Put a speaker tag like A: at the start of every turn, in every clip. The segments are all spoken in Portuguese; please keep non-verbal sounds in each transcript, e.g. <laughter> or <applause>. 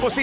A: Você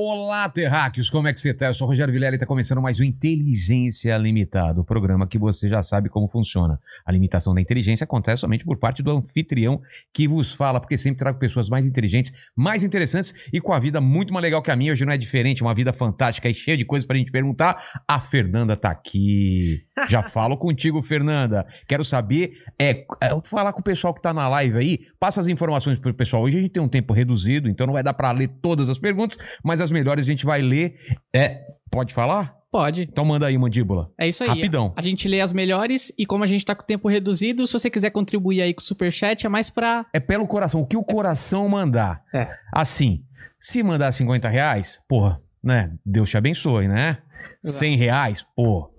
A: Olá, terráqueos, como é que você tá? Eu sou o Rogério Vilela e está começando mais um Inteligência Limitada, o programa que você já sabe como funciona. A limitação da inteligência acontece somente por parte do anfitrião que vos fala, porque sempre trago pessoas mais inteligentes, mais interessantes e com a vida muito mais legal que a minha. Hoje não é diferente, uma vida fantástica e cheia de coisas pra gente perguntar. A Fernanda tá aqui. Já falo contigo, Fernanda. Quero saber, é, é, falar com o pessoal que tá na live aí, passa as informações pro pessoal. Hoje a gente tem um tempo reduzido, então não vai dar pra ler todas as perguntas, mas as melhores a gente vai ler. É, pode falar?
B: Pode.
A: Então manda aí, mandíbula.
B: É isso aí.
A: Rapidão.
B: A gente lê as melhores e como a gente tá com o tempo reduzido, se você quiser contribuir aí com o Superchat, é mais pra...
A: É pelo coração, o que o coração mandar.
B: É.
A: Assim, se mandar 50 reais, porra, né? Deus te abençoe, né?
B: Exato.
A: 100 reais, pô.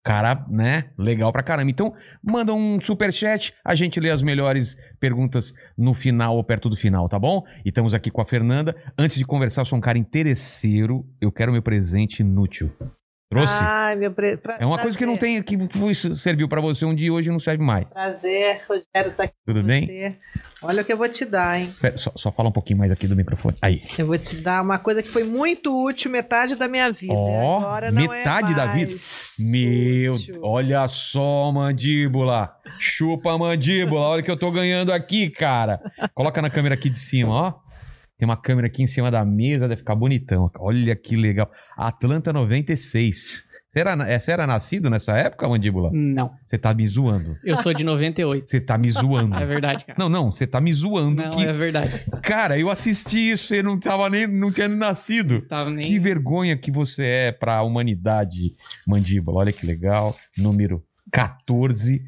A: Cara, né? Legal pra caramba. Então, manda um superchat, a gente lê as melhores perguntas no final ou perto do final, tá bom? E estamos aqui com a Fernanda. Antes de conversar, eu sou um cara interesseiro, eu quero meu presente inútil. Trouxe?
C: Ai, meu pre... pra-
A: é uma coisa que não
C: prazer.
A: tem, que foi- serviu pra você um dia e hoje não serve mais.
C: Prazer, Rogério, tá aqui
A: Tudo
C: com
A: bem?
C: você. Olha o que eu vou te dar, hein?
A: Espera, Só, só fala um pouquinho mais aqui do microfone. Aí.
C: Eu vou te dar uma coisa que foi muito útil metade da minha vida.
A: Ó,
C: Agora não é
A: metade da vida?
C: mais
A: Meu,
C: útil.
A: olha só, mandíbula. Chupa a mandíbula. Olha o que eu tô ganhando aqui, cara. Coloca na câmera aqui de cima, ó. Tem uma câmera aqui em cima da mesa, deve ficar bonitão. Olha que legal. Atlanta 96. Você era, na- eh, você era nascido nessa época, mandíbula?
B: Não.
A: Você tá me zoando.
B: Eu sou de 98.
A: Você tá me zoando.
B: <laughs> É verdade, cara.
A: Não, não, você tá me zoando.
B: Não,
A: que-
B: é verdade.
A: Cara, eu assisti isso, você não tava nem, não tinha nem nascido.
B: Tava nem...
A: Que vergonha que você é para a humanidade, mandíbula. Olha que legal. Número 14.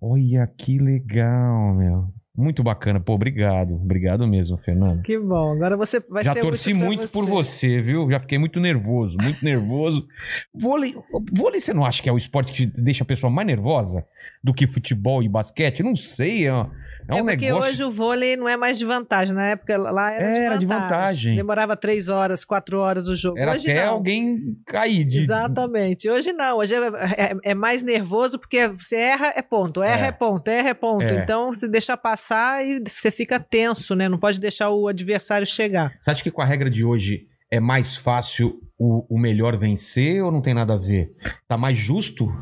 A: Olha que legal, meu. Muito bacana. Pô, obrigado. Obrigado mesmo, Fernando.
C: Que bom, agora você vai
A: Já
C: ser
A: torci
C: útil pra
A: muito por você, viu? Já fiquei muito nervoso, muito
C: <laughs>
A: nervoso. Vôlei, vôlei, você não acha que é o esporte que deixa a pessoa mais nervosa do que futebol e basquete? Não sei, é, um- é
C: É,
A: um
C: porque
A: negócio.
C: hoje o vôlei não é mais de vantagem. Na época lá era,
A: Era de
C: de, vantagem.
A: vantagem.
C: Demorava três horas, quatro horas o jogo.
A: Era
C: hoje
A: até
C: não.
A: alguém cair de.
C: Exatamente. Hoje não. Hoje é, é- é mais nervoso porque você erra, é ponto. Erra,
A: É.
C: é, ponto. Erra, é ponto.
A: É.
C: Então, você deixa passar e você fica tenso, né? Não pode deixar o adversário chegar.
A: Você acha que com a regra de hoje é mais fácil o, o melhor vencer ou não tem nada a ver? Tá mais justo?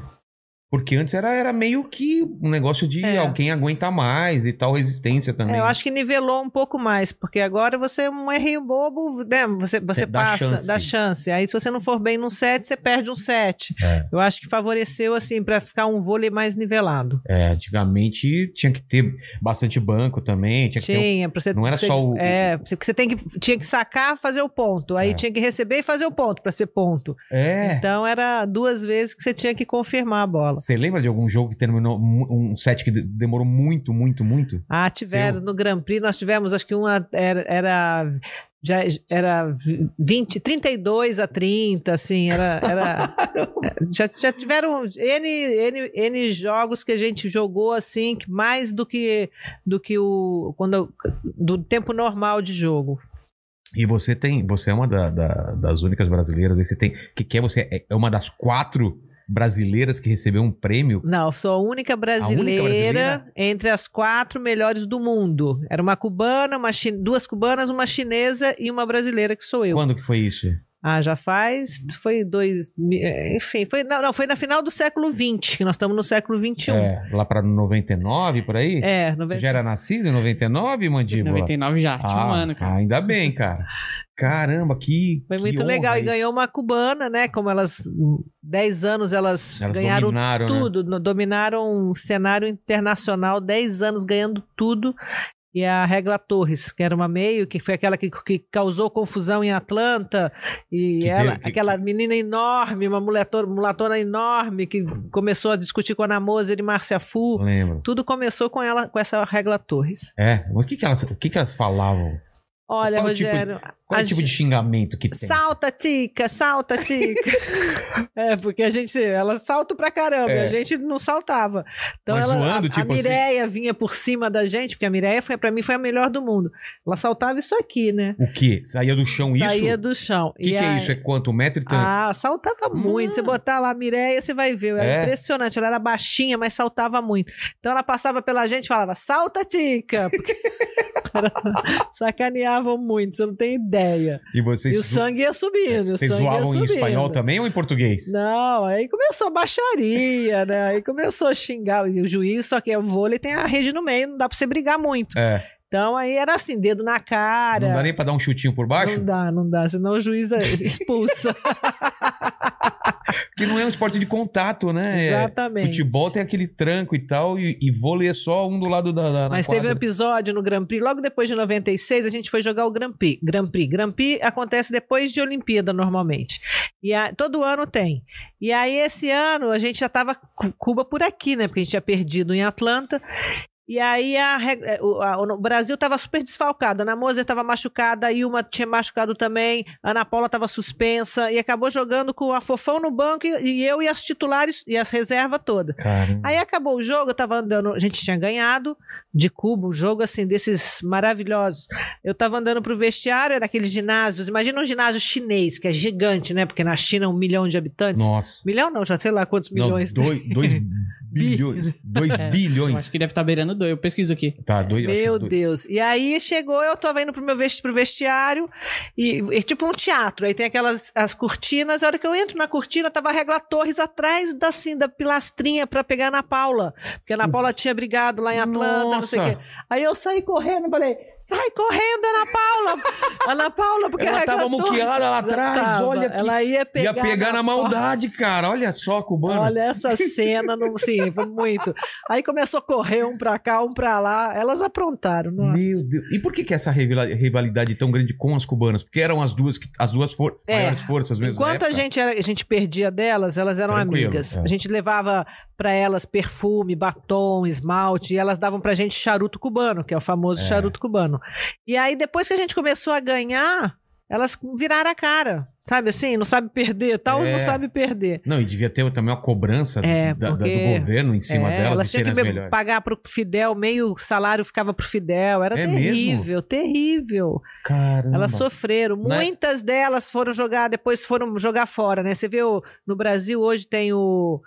A: Porque antes era, era meio que um negócio de
C: É.
A: alguém aguenta mais e tal resistência também.
C: É, eu acho que nivelou um pouco mais, porque agora você é um errinho bobo, né? Você, você
A: É, dá
C: passa,
A: chance.
C: dá chance. Aí, se você não for bem num set, você perde um set.
A: É.
C: Eu acho que favoreceu, assim, pra ficar um vôlei mais nivelado.
A: É, antigamente tinha que ter bastante banco também, tinha que ter
C: Tinha, pra você.
A: um Não era
C: você-
A: só o-
C: É, você- porque você tem que, tinha que sacar, fazer o ponto. Aí
A: É.
C: tinha que receber e fazer o ponto, pra ser ponto.
A: um... É.
C: Então era duas vezes que você tinha que confirmar a bola.
A: Você lembra de algum jogo que terminou mu- um set que de- demorou muito, muito, muito?
C: Ah, tiveram no Grand Prix, nós tivemos, acho que uma era, era já era 20, 32 a 30, assim, era, era já, já tiveram N, N, N jogos que a gente jogou assim, que mais do que do que o quando do tempo normal de jogo.
A: E você tem, você é uma da- da- das únicas brasileiras aí, você tem, que que é você é- é uma das quatro brasileiras que recebeu um prêmio
C: Não, eu sou a única brasileira,
A: brasileira?
C: entre as quatro melhores do mundo. Era uma cubana, uma chi- duas cubanas, uma chinesa e uma brasileira, que sou eu.
A: Quando que foi isso?
C: Ah, já faz.
A: Uhum.
C: Foi dois. mi- eh, Enfim, foi, não, não, foi na final do século XX, que nós estamos no século XXI. É,
A: É, lá pra 99, por aí?
C: é
A: Você
C: 90,
A: já era nascido em 99, Mandíbula? Ah,
B: 99 já. Tinha um ano, cara.
A: Ainda bem, cara. Caramba, que
C: foi
A: que
C: muito
A: honra
C: legal. E
A: isso.
C: ganhou uma cubana, né? Como elas. em 10 anos elas,
A: Elas
C: ganharam
A: dominaram, né?
C: tudo, no- dominaram o cenário internacional, 10 anos ganhando tudo. E a Regla Torres, que era uma meio, que foi aquela que, que causou confusão em Atlanta. E
A: Que
C: ela,
A: deu- que-
C: aquela menina enorme, uma mulatona, mulatona enorme, que começou a discutir com a Ana Moser e Márcia Fu.
A: Não Lembro.
C: Tudo começou com ela, com essa regla Torres.
A: É, mas o que que elas, o que que elas falavam?
C: Olha,
A: Qual o tipo de-
C: Rogério.
A: Qual é
C: a
A: o tipo de xingamento que tem?
C: Salta, tica, salta,
A: <laughs>
C: tica. é, porque a gente, ela salta pra caramba,
A: É.
C: a gente não saltava. Então
A: Mas
C: ela,
A: zoando,
C: a,
A: tipo
C: a
A: assim?
C: Mireia vinha por cima da gente, porque a Mireia foi para mim foi a melhor do mundo. Ela saltava isso aqui, né?
A: O quê? Saía do chão
C: Saía
A: isso?
C: do chão.
A: O que, que é isso? É quanto? Um metro e tanto?
C: Ah, saltava muito. Você botar lá a Mireia, você vai ver. Era
A: É?
C: impressionante. Ela era baixinha, mas saltava muito. Então ela passava pela gente e falava, salta, tica! Porque... <laughs> Sacaneavam muito, você não tem ideia.
A: e vocês,
C: e o
A: zo- é,
C: sangue ia subindo. o
A: vocês
C: sangue ia
A: zoavam em
C: subindo.
A: espanhol também ou em português?
C: Não, aí começou a baixaria, né? Aí começou a xingar. E o juiz, só que o vôlei tem a rede no meio, não dá pra você brigar muito.
A: É,
C: Então aí era assim, dedo na cara.
A: não dá nem pra dar um chutinho por baixo?
C: Não dá, não dá, senão o juiz é expulsa.
A: Porque não é um esporte de contato, né? <laughs> É,
C: Exatamente.
A: Futebol tem aquele tranco e tal, e, e vôlei é só um do lado da. da- na
C: Mas teve um
A: quadra.
C: episódio no Grand Prix, logo depois de 96, a gente foi jogar o Grand Prix. Grand Prix, Grand Prix acontece depois de Olimpíada, normalmente. E a- todo ano tem. E aí, esse ano, a gente já tava com Cuba por aqui, né? Porque a gente tinha perdido em Atlanta. E aí, a reg- eh, o, a- o Brasil tava super desfalcado. A Ana Moser tava machucada, a Ilma tinha machucado também, a Ana Paula tava suspensa. E acabou jogando com a Fofão no banco e, e eu e as titulares e as reservas todas.
A: Caramba.
C: Aí acabou o jogo, eu tava andando, a gente tinha ganhado de Cuba, um jogo assim desses maravilhosos. Eu tava andando pro vestiário, era aqueles ginásios, imagina um ginásio chinês, que é gigante, né? Porque na China é um milhão de habitantes.
A: Nossa.
C: Milhão não, já sei lá quantos milhões. né?
A: Não, dois,
C: <laughs>
A: dois bilhões. Dois
B: É, Eu
A: bilhões.
B: acho que deve estar beirando dois. Eu pesquiso aqui.
A: Tá, dois. acho que
C: é- Meu
A: dois.
C: Deus. E aí chegou, eu tava indo pro meu vesti pro vestiário, e, é tipo um teatro. Aí tem aquelas as cortinas. A hora que eu entro na cortina, tava a Regla Torres atrás da, assim, da pilastrinha pra pegar a Ana Paula. Porque a Ana Paula tinha brigado lá em Atlanta, não sei o quê.
A: Nossa.
C: Aí eu saí correndo, falei, sai correndo, Ana Paula! Ana Paula, porque
A: Ela
C: a
A: tava
C: Regla Torres-
A: muqueada lá atrás,
C: Tava.
A: olha que-
C: Ela ia pegar,
A: Ia pegar na
C: Ana Paula.
A: maldade, cara. Olha só, cubano.
C: Olha, essa cena, não, sim, foi muito. Aí começou a correr um pra cá, um pra lá. Elas aprontaram, nossa.
A: Meu Deus. E por que, que essa revila- rivalidade tão grande com as cubanas? Porque eram as duas, que- as duas for-
C: É.
A: maiores forças mesmo. na
C: Enquanto a
A: época.
C: gente, era- a gente perdia delas, elas eram
A: Tranquilo,
C: amigas.
A: é.
C: A gente levava pra elas perfume, batom, esmalte, e elas davam pra gente charuto cubano, que é o famoso
A: É.
C: charuto cubano. E aí, depois que a gente começou a ganhar, elas viraram a cara. Sabe assim? Não sabe perder, tal,
A: É.
C: não sabe perder.
A: Não, e devia ter também uma cobrança
C: É,
A: da- da- do
C: porque-
A: governo em cima
C: É,
A: delas
C: elas
A: de serem
C: tinham
A: as
C: que
A: melhores.
C: pagar pro Fidel, meio salário ficava pro Fidel. Era
A: É mesmo?
C: terrível, terrível.
A: Caramba.
C: Elas sofreram.
A: Né?
C: Muitas delas foram jogar, depois foram jogar fora, né? Você vê o- no Brasil hoje tem o.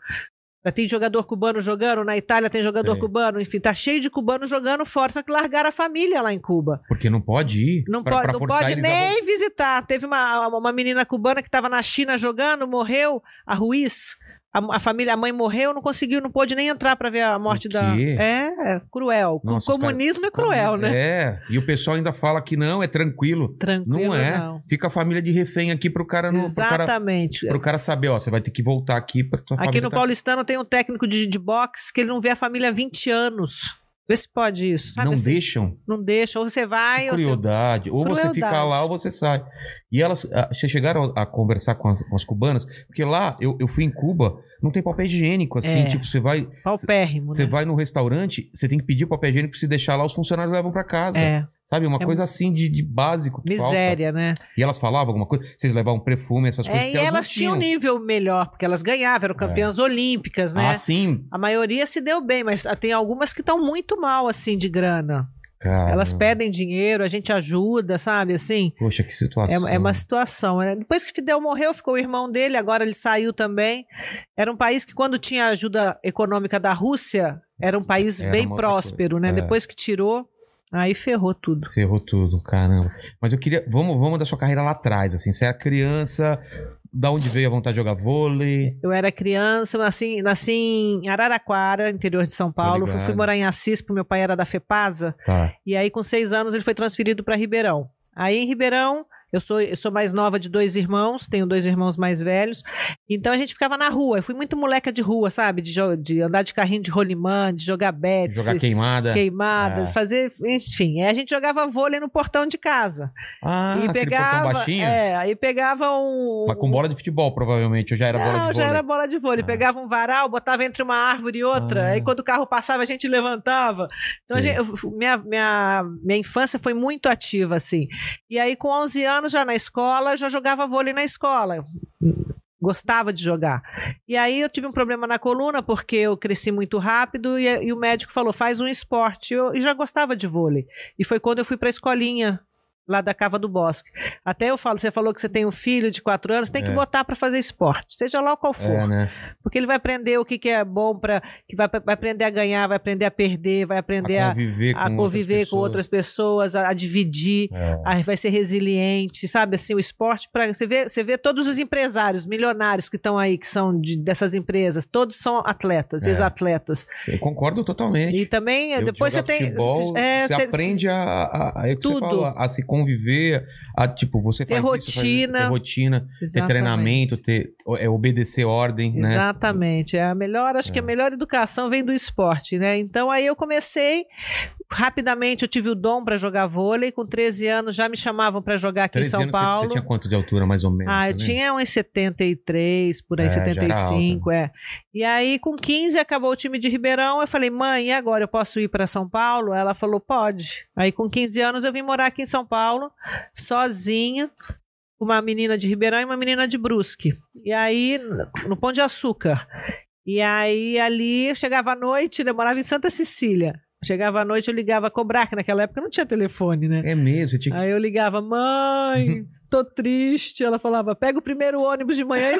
C: Tem jogador cubano jogando, na Itália tem jogador
A: Sim.
C: cubano, enfim, tá cheio de cubano jogando fora, só que largaram a família lá em Cuba.
A: Porque não pode ir.
C: Não
A: pra,
C: pode,
A: pra
C: não
A: forçar
C: pode
A: eles a
C: nem é visitar. Teve uma, uma menina cubana que estava na China jogando, morreu, a Ruiz. A, a família, a mãe morreu, não conseguiu, não pôde nem entrar para ver a morte da.
A: quê?
C: É, é cruel.
A: Nossa, os
C: o comunismo é cruel, né?
A: É, e o pessoal ainda fala que não, é tranquilo.
C: Tranquilo,
A: não é.
C: não.
A: Fica a família de refém aqui pro cara, não, pro cara,
C: Exatamente.
A: pro cara saber, ó, você vai ter que voltar aqui pra tua
C: Aqui
A: família
C: no
A: tá-
C: Paulistano tem um técnico de, de boxe que ele não vê a família há 20 anos. Vê se pode isso. sabe
A: Não
C: assim?
A: deixam.
C: Não deixa. Ou você vai, ou você...
A: Crueldade. Ou você fica
C: Crueldade.
A: lá ou você sai. E elas, ah, vocês chegaram a conversar com as, com as cubanas? Porque lá, eu, eu fui em Cuba, não tem papel higiênico, assim,
C: É.
A: tipo, você vai,
C: Paupérrimo,
A: você
C: né?
A: vai no restaurante, você tem que pedir o papel higiênico pra se deixar lá, os funcionários levam pra casa.
C: É,
A: Sabe, uma
C: É
A: coisa assim de, de básico. que falta.
C: miséria, né?
A: E elas falavam alguma coisa? Vocês levavam perfume, essas coisas?
C: É, e
A: porque Tipo, não É.
C: elas tinham um nível melhor, porque elas ganhavam, eram campeãs olímpicas, né?
A: Ah, sim.
C: A maioria se deu bem, mas ah, tem algumas que estão muito mal, assim, de grana.
A: Cara,
C: Elas pedem dinheiro, a gente ajuda, sabe, assim?
A: Poxa, que situação.
C: É, é uma situação. né? Depois que Fidel morreu, ficou o irmão dele, agora ele saiu também. Era um país que, quando tinha ajuda econômica da Rússia, era um país
A: Era
C: bem
A: uma outra
C: próspero,
A: coisa.
C: né?
A: É.
C: Depois que tirou, aí ferrou tudo.
A: Ferrou tudo, caramba. Mas eu queria. Vamos, vamos da sua carreira lá atrás, assim. Você era criança, da onde veio a vontade de jogar vôlei?
C: Eu era criança, nasci, nasci em Araraquara, interior de São Paulo. Fui,
A: ligado.
C: fui morar em Assis, porque meu pai era da FEPASA.
A: Tá.
C: E aí, com seis anos, ele foi transferido para Ribeirão. Aí, em Ribeirão, Eu sou, eu sou mais nova de dois irmãos, tenho dois irmãos mais velhos. Então a gente ficava na rua. Eu fui muito moleca de rua, sabe? De, jo- de andar de carrinho de rolimã, É, de jogar bets,
A: Jogar queimada.
C: queimadas,
A: É.
C: fazer. Enfim, aí a gente jogava vôlei no portão de casa.
A: Ah,
C: e
A: aquele botão
C: pegava.
A: baixinho.
C: É, aí pegava um.
A: Mas com bola de futebol, provavelmente. Eu já era bola de
C: Não,
A: vôlei.
C: já era bola de vôlei.
A: Ah.
C: Pegava um varal, botava entre uma árvore e outra.
A: Ah.
C: Aí quando o carro passava, a gente levantava. Então, a
A: Sei.
C: gente- eu fu- minha, minha, minha infância foi muito ativa, assim. E aí, com 11 anos, já na escola, eu já jogava vôlei na escola. Gostava de jogar. E aí eu tive um problema na coluna, porque eu cresci muito rápido e, e o médico falou: faz um esporte. Eu, eu já gostava de vôlei. E foi quando eu fui para a escolinha. Lá da Cava do Bosque. Até eu falo, você falou que você tem um filho de quatro anos, tem que
A: É.
C: botar para fazer esporte, seja lá qual for.
A: É, né?
C: Porque ele vai aprender o que, que é bom para que vai, vai aprender a ganhar, vai aprender a perder, vai aprender
A: A
C: a,
A: conviver com
C: a conviver com outras pessoas, a, a dividir,
A: pessoas. É.
C: a- vai ser resiliente, sabe? Assim, o esporte para você vê, você vê todos os empresários, milionários que estão aí, que são de- dessas empresas, todos são atletas,
A: É.
C: ex-atletas.
A: Eu concordo totalmente.
C: E também
A: Eu
C: É, depois você
A: jogar
C: tem
A: Futebol,
C: é,
A: você
C: cê-
A: aprende a, a, a, é o que você
C: Tudo.
A: falou, a se conviver, a tipo, você
C: Ter
A: faz isso, faz isso,
C: rotina.
A: ter rotina, ter
C: Exatamente.
A: treinamento, ter, é, obedecer ordem, né?
C: Exatamente. É a melhor, acho que a melhor educação vem do esporte, né? Então aí eu comecei rapidamente, eu tive o dom para jogar vôlei, com 13 anos já me chamavam para jogar aqui em
A: 13
C: São
A: anos você- Você,
C: Paulo.
A: tinha quanto de altura, mais ou menos?
C: Ah,
A: você
C: eu
A: lembra?
C: tinha uns 73, por aí,
A: É, já era
C: 75, é. E aí, com 15, acabou o time de Ribeirão. Eu falei, mãe, e agora eu posso ir para São Paulo? Ela falou, pode. Aí, com 15 anos, eu vim morar aqui em São Paulo, sozinha, com uma menina de Ribeirão e uma menina de Brusque. E aí, no Pão de Açúcar. E aí, ali, eu chegava à noite, né, eu morava em Santa Cecília. Chegava à noite, eu ligava a cobrar, que naquela época não tinha telefone, né?
A: É mesmo, você tinha que
C: Aí eu ligava, mãe, tô triste. Ela falava, pega o primeiro ônibus de manhã e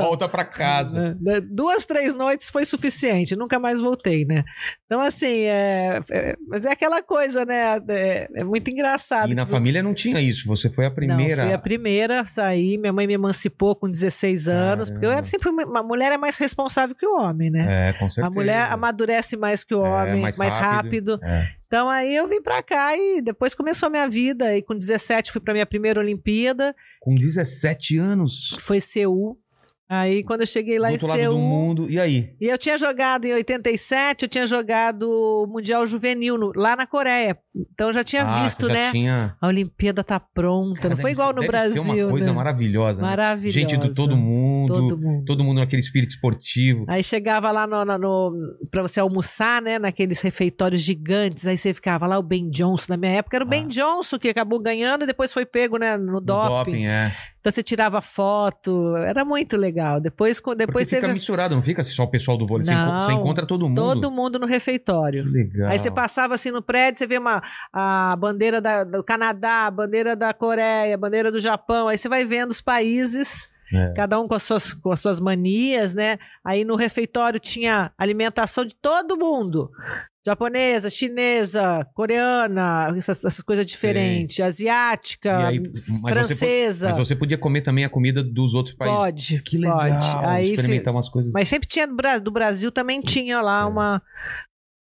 A: <laughs> E volta pra casa.
C: Né? Duas, três noites foi suficiente, nunca mais voltei, né? Então, assim, é, é- mas é aquela coisa, né? É, é muito engraçado.
A: E na família não tinha isso, você foi a primeira.
C: Não, fui a primeira a sair. Minha mãe me emancipou com 16 anos. Porque eu era
A: Caramba.
C: sempre uma, uma mulher é mais responsável que o homem, né?
A: É, com certeza.
C: a mulher amadurece mais que o
A: É,
C: homem,
A: mais
C: mais,
A: rápido.
C: rápido.
A: É.
C: Então aí eu vim pra cá e depois começou a minha vida. E com 17 fui pra minha primeira Olimpíada,
A: Com 17 anos,
C: que foi Seul. Aí quando eu cheguei lá
A: do
C: em
A: outro lado do
C: Seul.
A: mundo, e aí?
C: E eu tinha jogado em 87, eu tinha jogado o Mundial Juvenil no- lá na Coreia. Então eu já tinha
A: Ah,
C: visto,
A: você já
C: né?
A: Tinha...
C: A Olimpíada tá pronta.
A: Cara,
C: Não foi
A: deve
C: igual
A: ser-
C: no
A: deve
C: Brasil.
A: Ser uma coisa
C: né?
A: maravilhosa. né?
C: maravilhosa.
A: Gente do todo mundo.
C: Todo mundo.
A: todo mundo naquele espírito esportivo.
C: Aí chegava lá no, no, no- pra você almoçar, né? Naqueles refeitórios gigantes. Aí você ficava lá, o Ben Johnson. Na minha época era o Ben
A: Ah.
C: Johnson que acabou ganhando e depois foi pego, né? No
A: No
C: doping.
A: é.
C: Então você tirava foto. Era muito legal. Depois, co- depois
A: Porque fica
C: teve
A: misturado, não fica só o pessoal do vôlei. Você,
C: Não.
A: enco- você encontra todo mundo.
C: todo mundo no
A: Que
C: refeitório.
A: legal.
C: Aí você passava assim no prédio, você vê uma, a bandeira da- do Canadá, a bandeira da Coreia, a bandeira do Japão. Aí você vai vendo os países,
A: É.
C: cada um com as, suas, com as suas manias, né? Aí no refeitório tinha alimentação de todo mundo. Japonesa, chinesa, coreana, essas, essas coisas diferentes, asiática,
A: E aí, mas você po-
C: francesa.
A: Mas você podia comer também a comida dos outros países.
C: pode,
A: Que legal.
C: pode. Aí, fi-
A: experimentar umas coisas.
C: mas sempre tinha do Brasil, do Brasil também tinha lá
A: Sei.
C: uma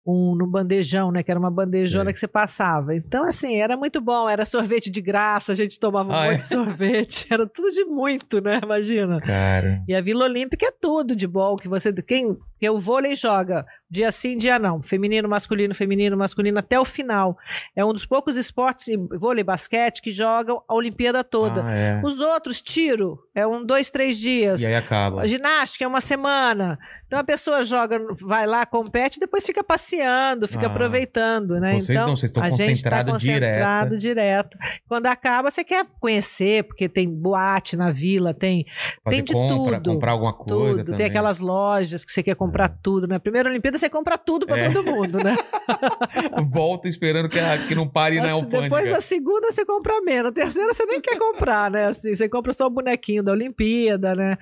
C: um no bandejão, né? Que era uma bandejona
A: Sei.
C: que você passava. Então, assim, era muito bom. Era sorvete de graça, a gente
A: Ah,
C: tomava um monte
A: é?
C: de sorvete. <laughs> Era tudo de muito, né? Imagina.
A: Cara.
C: E a Vila Olímpica é tudo de bom que você quem que o vôlei joga dia sim, dia não, feminino, masculino, feminino, masculino até o final. É um dos poucos esportes e vôlei, basquete que jogam a Olimpíada toda.
A: Ah, é.
C: Os outros tiro é um, dois, três dias.
A: E aí acaba.
C: A Ginástica é uma semana. Então a pessoa joga, vai lá, compete, depois fica passeando, fica
A: Ah.
C: aproveitando, né?
A: Vocês
C: então
A: não, vocês estão
C: a gente está
A: concentrados direto.
C: concentrado direto. Quando acaba, você quer conhecer, porque tem boate na vila, tem
A: Fazer
C: tem de
A: compra,
C: tudo,
A: comprar alguma coisa.
C: tudo,
A: também.
C: tem aquelas lojas que você quer comprar tudo, né? Primeira Olimpíada você compra tudo pra
A: É.
C: todo mundo,
A: <laughs>
C: né?
A: <laughs> Volta esperando que, a- que não pare né, na
C: Mas
A: alfândega.
C: depois da segunda você compra menos, a terceira você nem quer comprar, né? Assim, você compra só o bonequinho da Olimpíada, né?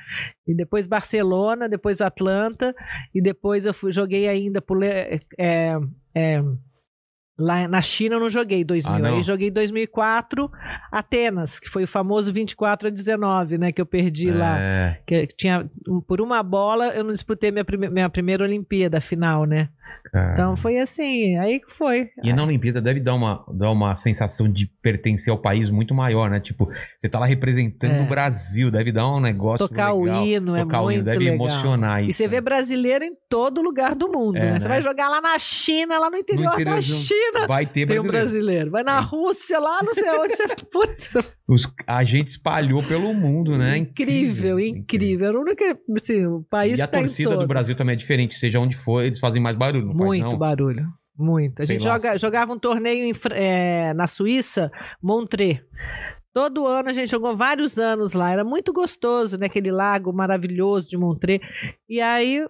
C: E depois Barcelona, depois Atlanta, e depois eu fui- joguei ainda por, é, é, lá na China eu não joguei 2000,
A: Ah, não?
C: aí joguei 2004 Atenas, que foi o famoso 24 a 19, né? Que eu perdi lá.
A: É,
C: um, Que tinha, por uma bola eu não disputei minha, prime- minha primeira Olimpíada, a final, né?
A: Cara.
C: Então foi assim, aí que foi.
A: E na Olimpíada deve dar uma, dar uma sensação de pertencer ao país muito maior, né? Tipo, você tá lá representando
C: É.
A: o Brasil, deve dar um negócio
C: Tocar
A: legal.
C: o hino é
A: Tocar o
C: muito
A: hino deve
C: legal.
A: emocionar
C: E
A: isso.
C: você vê
A: né?
C: brasileiro em todo lugar do mundo.
A: É,
C: né?
A: né?
C: Você vai jogar lá na China, lá no interior, da
A: interiorzão.
C: China.
A: Vai ter
C: Tem um
A: brasileiro.
C: brasileiro. Vai na
A: É.
C: Rússia, lá não sei onde. Você... <laughs> Puta,
A: Os- a gente espalhou pelo mundo, né?
C: incrível, incrível. Era o único assim, o país
A: E a
C: que tá em
A: torcida do
C: todos.
A: Brasil também é diferente, seja onde for, eles fazem mais barulho. Não faz,
C: Muito
A: não?
C: barulho. Muito. A
A: Sei
C: gente
A: lá,
C: joga-
A: se-
C: jogava um torneio em Fra- eh, na Suíça, Montreux. Todo ano a gente jogou vários anos lá. Era muito gostoso, né? Aquele lago maravilhoso de Montreux. E aí,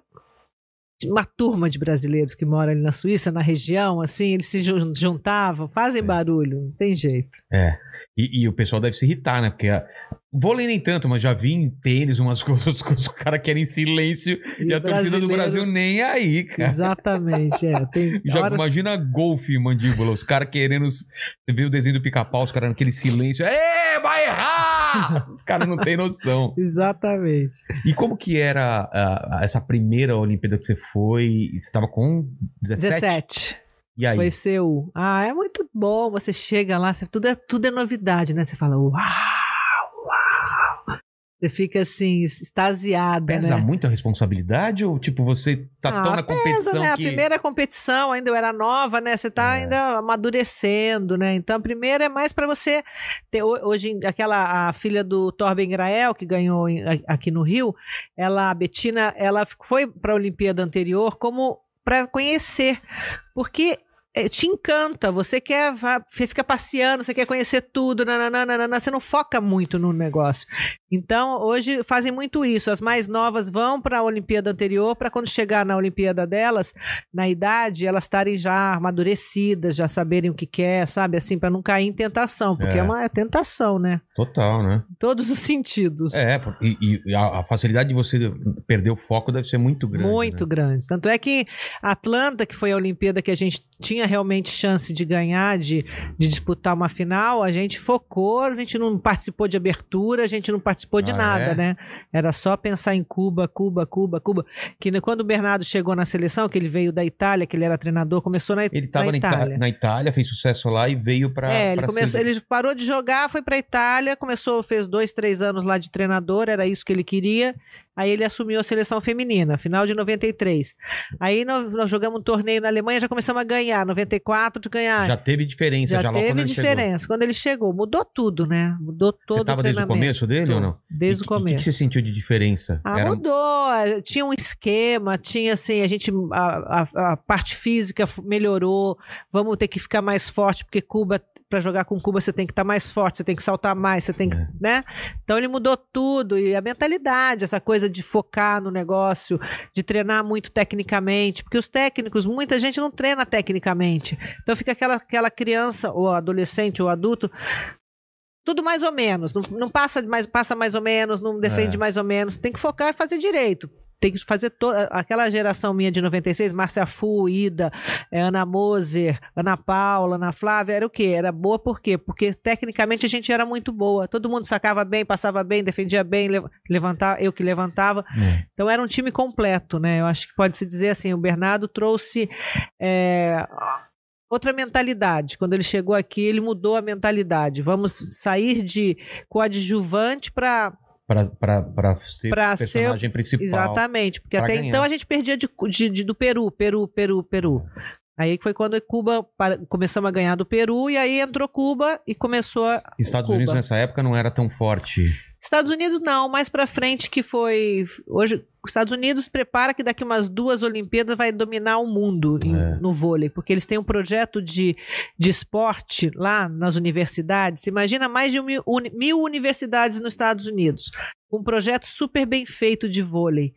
C: uma turma de brasileiros que mora ali na Suíça, na região, assim, eles se jun- juntavam, fazem
A: É.
C: barulho, não tem jeito.
A: É. E, e o pessoal deve se irritar, né? Porque. a- Vôlei nem tanto, mas já vi em tênis umas <laughs> coisas que os caras querem silêncio e, a torcida do
C: brasileiro-
A: Brasil né? nem aí, cara.
C: Exatamente, é.
A: <laughs>
C: Tem
A: Já
C: horas-
A: imagina golfe, mandíbula. Os caras querendo. os- Você viu o desenho do pica-pau, os caras naquele silêncio. Ê, vai errar! Os caras não têm noção.
C: Exatamente.
A: E como que era ah, essa primeira Olimpíada que você foi? Você tava com 17?
C: 17.
A: E aí?
C: Foi seu. Ah, é muito bom. Você chega lá, você- tudo, é, tudo é novidade, né? Você fala, uau, uau." Você fica assim, extasiado,
A: Pesa
C: né?
A: muito a responsabilidade ou, tipo, você tá
C: Ah,
A: tão na competição
C: né? A
A: que...
C: primeira competição, ainda eu era nova, né? Você tá
A: É.
C: ainda amadurecendo, né? Então a primeira é mais pra você ter ho- hoje em- aquela a filha do Torben Grael que ganhou em- a- aqui no Rio, ela a Betina, ela fi- foi pra Olimpíada anterior como pra conhecer, porque eh, te encanta, você quer vá- você fica passeando, você quer conhecer tudo, nananana, você não foca muito no negócio. Então, hoje fazem muito isso. As mais novas vão para a Olimpíada anterior, para quando chegar na Olimpíada delas, na idade, elas estarem já amadurecidas, já saberem o que quer, sabe? Assim, para não cair em tentação, porque
A: É.
C: é, uma tentação, né?
A: Total, né?
C: Em todos os sentidos.
A: É, por- e, e a, a facilidade de você perder o foco deve ser muito grande.
C: Muito
A: né?
C: grande. Tanto é que a Atlanta, que foi a Olimpíada que a gente tinha realmente chance de ganhar, de, de disputar uma final, a gente focou, a gente não participou de abertura, a gente não participou de
A: Ah,
C: nada,
A: é?
C: né? Era só pensar em Cuba, Cuba, Cuba, Cuba. Que né, quando o Bernardo chegou na seleção, que ele veio da Itália, que ele era treinador, começou na,
A: Ele tava na Itália. na Itália, fez sucesso lá e veio pra.
C: é, ele,
A: pra
C: começou-
A: ser-
C: ele parou de jogar, foi pra Itália, começou, fez dois, três anos lá de treinador, era isso que ele queria. Aí ele assumiu a seleção feminina, final de 93. Aí nós, nós jogamos um torneio na Alemanha, já começamos a ganhar, 94 de ganhar.
A: Já teve diferença, já,
C: Ah, Já
A: logo quando
C: teve
A: ele chegou.
C: diferença. Quando ele chegou, mudou tudo, né? Mudou todo
A: Você tava
C: o
A: desde o
C: treinamento.
A: começo dele ou não?
C: Desde
A: E
C: o
A: que- e
C: começo.
A: O que, você sentiu de diferença?
C: Ah,
A: Era- um
C: mudou. eh, Tinha um esquema, tinha assim, a gente. A, a- a parte física f- melhorou. Vamos ter que ficar mais forte, porque Cuba, para jogar com Cuba, você tem que estar mais forte, você tem que saltar mais, você tem que.
A: É.
C: né? Então ele mudou tudo. E a mentalidade, essa coisa de focar no negócio, de treinar muito tecnicamente, porque os técnicos, muita gente não treina tecnicamente. Então fica aquela, aquela criança, ou adolescente, ou adulto. Tudo mais ou menos, não, não passa mais, passa mais ou menos, não defende
A: É.
C: mais ou menos. Tem que focar e fazer direito. Tem que fazer toda aquela geração minha de 96, Márcia Fu, Ida, eh, Ana Moser, Ana Paula, Ana Flávia, era o quê? Era boa por quê? Porque tecnicamente a gente era muito boa. Todo mundo sacava bem, passava bem, defendia bem, lev- levantava, eu que levantava.
A: É.
C: Então era um time completo, né? Eu acho que pode se dizer assim, o Bernardo trouxe é, outra mentalidade. Quando ele chegou aqui, ele mudou a mentalidade. Vamos sair de coadjuvante para
A: Pra, pra, pra ser
C: Pra
A: personagem principal.
C: Exatamente, porque
A: pra
C: até
A: ganhar.
C: então a gente perdia de, de- de- do Peru, Peru, Peru, Peru. Aí foi quando Cuba para- começamos a ganhar do Peru e aí entrou Cuba e começou a,
A: Estados
C: Cuba.
A: Unidos nessa época não era tão forte.
C: Estados Unidos não, mais pra frente que foi hoje os Estados Unidos prepara que daqui umas duas Olimpíadas vai dominar o mundo em-
A: É.
C: no vôlei, porque eles têm um projeto de, de esporte lá nas universidades. Imagina mais de um mil, uni- mil universidades nos Estados Unidos, um projeto super bem feito de vôlei.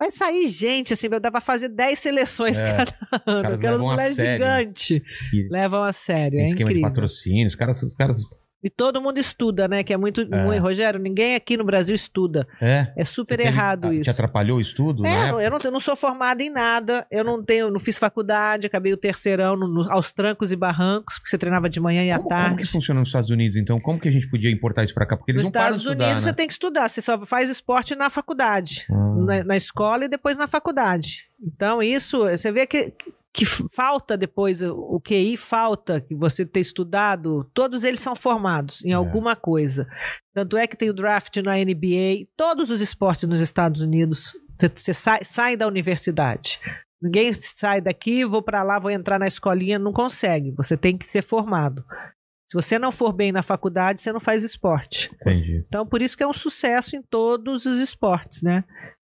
C: Vai sair gente, assim, dá pra fazer 10 seleções
A: É,
C: cada <laughs> ano.
A: caras
C: Aquelas
A: levam a
C: mulheres
A: sério, né?
C: gigantes
A: E-
C: levam a sério.
A: Tem
C: é
A: esquema de
C: incrível.
A: patrocínio. Os caras, os caras.
C: E todo mundo estuda, né? Que é muito,
A: É.
C: muito. Rogério, ninguém aqui no Brasil estuda.
A: É.
C: É
A: Você
C: super
A: teve-
C: errado
A: ah,
C: isso.
A: Te atrapalhou né? o estudo? na
C: É,
A: época?
C: eu não, eu não sou formada em nada, eu não tenho, não fiz faculdade, acabei o terceirão no- no- aos trancos e barrancos, porque você treinava de manhã e à
A: Como, como que
C: tarde.
A: funciona nos Estados Unidos, então? Como que a gente podia importar isso pra cá? Porque eles
C: Nos
A: não param de
C: Estados
A: estudar,
C: Unidos
A: né?
C: você né, tem que estudar, você só faz esporte na faculdade,
A: Ah.
C: na, na escola e depois na faculdade. Então isso, você vê que que f- falta depois, o- o QI falta, que você ter estudado, todos eles são formados em
A: É.
C: alguma coisa. Tanto é que tem o draft na NBA, todos os esportes nos Estados Unidos, você sai, sai da universidade. Ninguém sai daqui, vou pra lá, vou entrar na escolinha, não consegue. Você tem que ser formado. Se você não for bem na faculdade, você não faz esporte.
A: Entendi.
C: Então, por isso que é um sucesso em todos os esportes, né?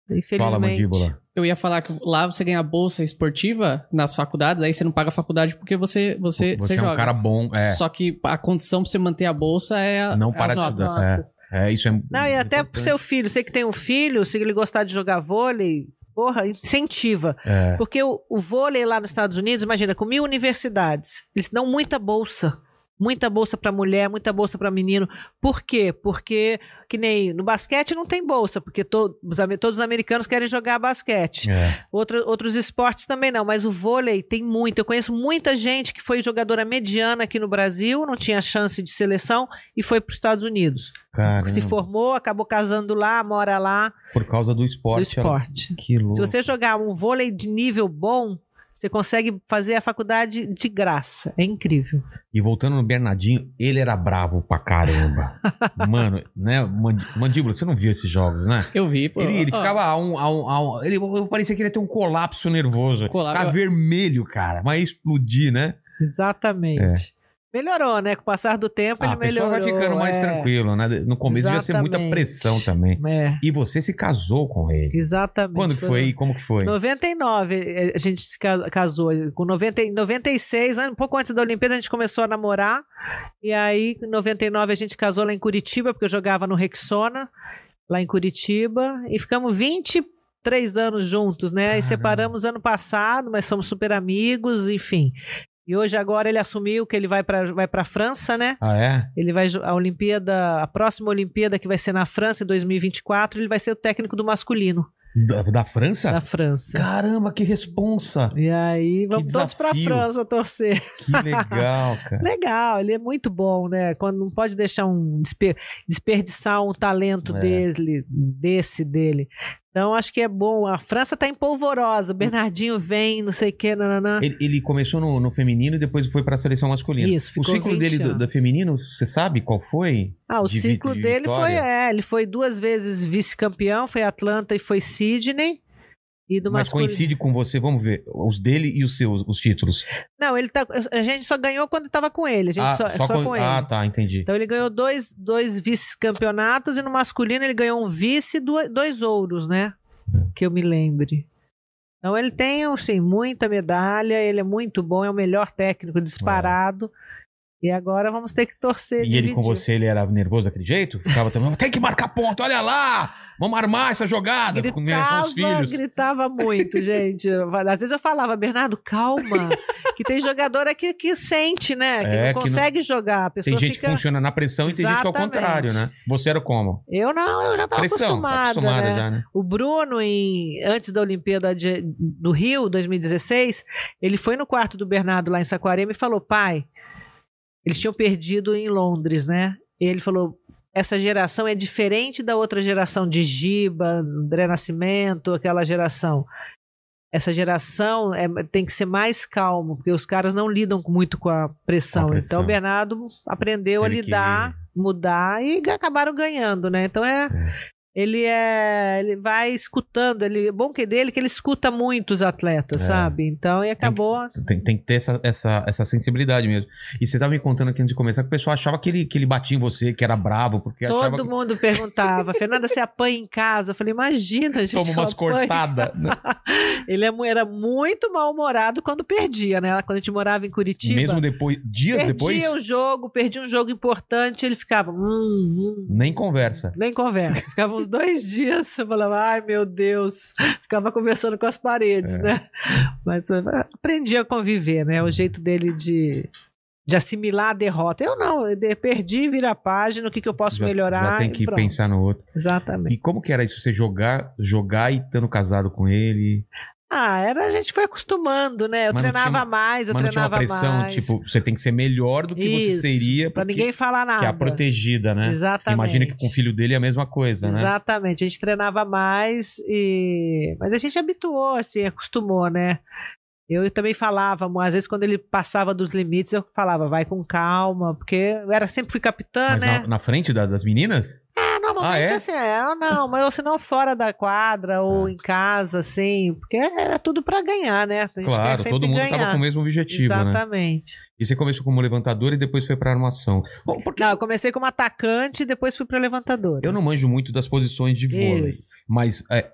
C: Infelizmente.
A: Fala, mandíbula.
B: Eu ia falar que lá você ganha bolsa esportiva nas faculdades, aí você não paga a faculdade porque você, você,
A: Você é um
B: joga.
A: cara bom. É,
B: Só que a condição pra você manter a bolsa é a-
A: Não
B: as
A: para de
B: notas.
A: estudar. é, isso é.
C: Não, e até pro
A: importante.
C: seu filho, você que tem um filho, se ele gostar de jogar vôlei, porra, incentiva.
A: É.
C: Porque o, o vôlei lá nos Estados Unidos, imagina, com mil universidades, eles dão muita bolsa. Muita bolsa pra mulher, muita bolsa pra menino. Por quê? Porque, que nem no basquete não tem bolsa, porque to- os ame- todos os americanos querem jogar basquete.
A: É.
C: Outra- outros esportes também não, mas o vôlei tem muito. Eu conheço muita gente que foi jogadora mediana aqui no Brasil, não tinha chance de seleção e foi para os Estados Unidos.
A: Caramba,
C: Se formou, acabou casando lá, mora lá,
A: Por causa do esporte.
C: do
A: ela-
C: esporte.
A: Que né? louco.
C: Se você jogar um vôlei de nível bom, você consegue fazer a faculdade de graça. É incrível.
A: E voltando no Bernardinho, ele era bravo pra
C: <laughs>
A: caramba. Mano, né? Mand- Mandíbula, você não viu esses jogos, né?
B: Eu vi, pô.
A: Ele, ele
B: Ó,
A: ficava a um, a um, a um- Ele eu parecia que ele ia ter um colapso
C: Um
A: nervoso.
B: Colapso.
A: Ficava vermelho, cara. Mas ia explodir, né?
C: Exatamente. Melhorou, né? Com o passar do tempo,
A: É. Ah, a
C: ele
A: pessoa
C: melhorou.
A: vai ficando mais
C: é.
A: tranquila, né? No começo devia ser muita
C: Exatamente.
A: pressão também.
C: É,
A: E você se casou com ele.
C: exatamente.
A: Quando que foi e como que foi?
C: 99 eh, a gente se ca- casou. Com 90, e- 96, an- um pouco antes da Olimpíada, a gente começou a namorar. E aí, em 99, a gente casou lá em Curitiba, porque eu jogava no Rexona, lá em Curitiba. E ficamos 23 anos juntos, né?
A: Caramba.
C: E separamos ano passado, mas somos super amigos, enfim. E hoje, agora, ele assumiu que ele vai pra, vai pra França, né?
A: Ah, é?
C: Ele vai jo- a Olimpíada, a próxima Olimpíada que vai ser na França em 2024, ele vai ser o técnico do masculino
A: Da, da França?
C: da França.
A: Caramba, que responsa!
C: E aí, vamos todos pra
A: desafio.
C: França torcer.
A: Que
C: <laughs>
A: legal, cara.
C: Legal, ele é muito bom, né? Quando não pode deixar um desper- desperdiçar um talento
A: É.
C: dele, desse dele. Então acho que é bom. A França tá em polvorosa. O Bernardinho vem, não sei o que, nananã.
A: Ele, ele começou no, no feminino e depois foi pra seleção masculina.
C: Isso,
A: o
C: ficou
A: ciclo
C: 20
A: dele do,
C: anos.
A: do feminino, você sabe qual foi?
C: Ah, o
A: de vi-
C: ciclo
A: de
C: dele foi,
A: vitória.
C: é, ele foi duas vezes vice-campeão, foi Atlanta e foi Sydney. E do
A: Mas
C: masculino.
A: coincide com você, vamos ver, os dele e os seus, os títulos.
C: Não, ele tá. A gente só ganhou quando tava com ele. A gente só, só com, ele.
A: Ah, tá, entendi.
C: Então ele ganhou dois, dois vice-campeonatos e no masculino ele ganhou um vice e dua- dois ouros, né?
A: É.
C: Que eu me lembre. Então ele tem, assim, muita medalha, ele é muito bom, é o melhor técnico disparado. E agora vamos ter que torcer.
A: E ele
C: dividir.
A: com você, ele era nervoso daquele jeito? Ficava também, tem que marcar ponto, olha lá! Vamos armar essa jogada com relação
C: Gritava,
A: aos filhos. <laughs>
C: gritava muito, gente. Eu falava- Às vezes eu falava, Bernardo, calma. que tem jogador aqui que sente, né? Que
A: É, que
C: não
A: não-
C: consegue jogar. A pessoa
A: Tem gente
C: fica.
A: que funciona na pressão e tem gente que é o
C: Exatamente.
A: contrário, né? Você era como?
C: Eu não, eu já tava
A: Pressão, tá
C: acostumada.
A: acostumada
C: né?
A: já, né?
C: O Bruno, em- antes da Olimpíada de- do Rio, 2016, ele foi no quarto do Bernardo lá em Saquarema e falou: pai, eles tinham perdido em Londres, né? E ele falou: essa geração é diferente da outra geração de Giba, André Nascimento, aquela geração. Essa geração é- tem que ser mais calmo, porque os caras não lidam com- muito com a pressão.
A: Com a pressão.
C: Então o Bernardo aprendeu
A: Teve
C: a
A: que-
C: lidar, mudar e acabaram ganhando, né? Então é ele é ele vai escutando ele o bom que dele é que ele escuta muito os atletas
A: É.
C: sabe então e acabou
A: Tem, tem que ter essa, essa, essa sensibilidade mesmo. E você tava me contando aqui antes de começar que o pessoal achava que ele, que ele batia em você, que era bravo, porque achava
C: todo
A: que
C: mundo perguntava Fernanda você apanha em casa eu falei imagina gente
A: toma
C: eu
A: umas
C: apanho."
A: cortadas.
C: <laughs>
A: né?
C: ele é mu- era muito mal humorado quando perdia né quando a gente morava em Curitiba
A: Mesmo depois, dias
C: perdia
A: depois,
C: o jogo perdia um jogo importante ele ficava hum, hum.
A: nem conversa.
C: Nem conversa. Ficava uns dois dias, eu falava, ai meu Deus. Ficava conversando com as paredes,
A: É.
C: né? Mas eu aprendi a conviver, né? O jeito dele de, de assimilar a derrota. Eu não, eu de- perdi, vira a página, o que, que eu posso
A: Já-
C: melhorar.
A: já tem
C: e
A: que
C: pronto.
A: pensar no outro.
C: Exatamente.
A: E como que era isso? Você jogar, jogar e estando casado com ele?
C: Ah, era, a gente foi acostumando, né?
A: Mas
C: Eu
A: não
C: treinava
A: tinha uma-
C: mais, eu
A: mas não tinha uma
C: treinava
A: pressão,
C: mais.
A: tipo, você tem que ser melhor do que você
C: Isso,
A: seria.
C: pra
A: porque-
C: ninguém falar nada.
A: Que é a protegida, né?
C: Exatamente.
A: Imagina que com o filho dele é a mesma coisa, né?
C: Exatamente, a gente treinava mais, e... mas a gente habituou, assim, acostumou, né? Eu também falava, às vezes quando ele passava dos limites, eu falava, vai com calma, porque eu era, sempre fui capitã,
A: Mas
C: né?
A: na, na frente da- das meninas?
C: É, normalmente
A: Ah, é? Ah.
C: assim, é, eu não, mas ou se não fora da quadra ou em casa, assim, porque era tudo pra ganhar, né? A gente quer
A: Claro,
C: sempre
A: todo mundo
C: ganhar.
A: tava com o mesmo objetivo, né?
C: Exatamente.
A: E você começou como levantador e depois foi pra armação. Bom, porque
C: Não, eu comecei como atacante e depois fui pra levantadora.
A: eu não manjo muito das posições de vôlei,
C: Isso,
A: mas é,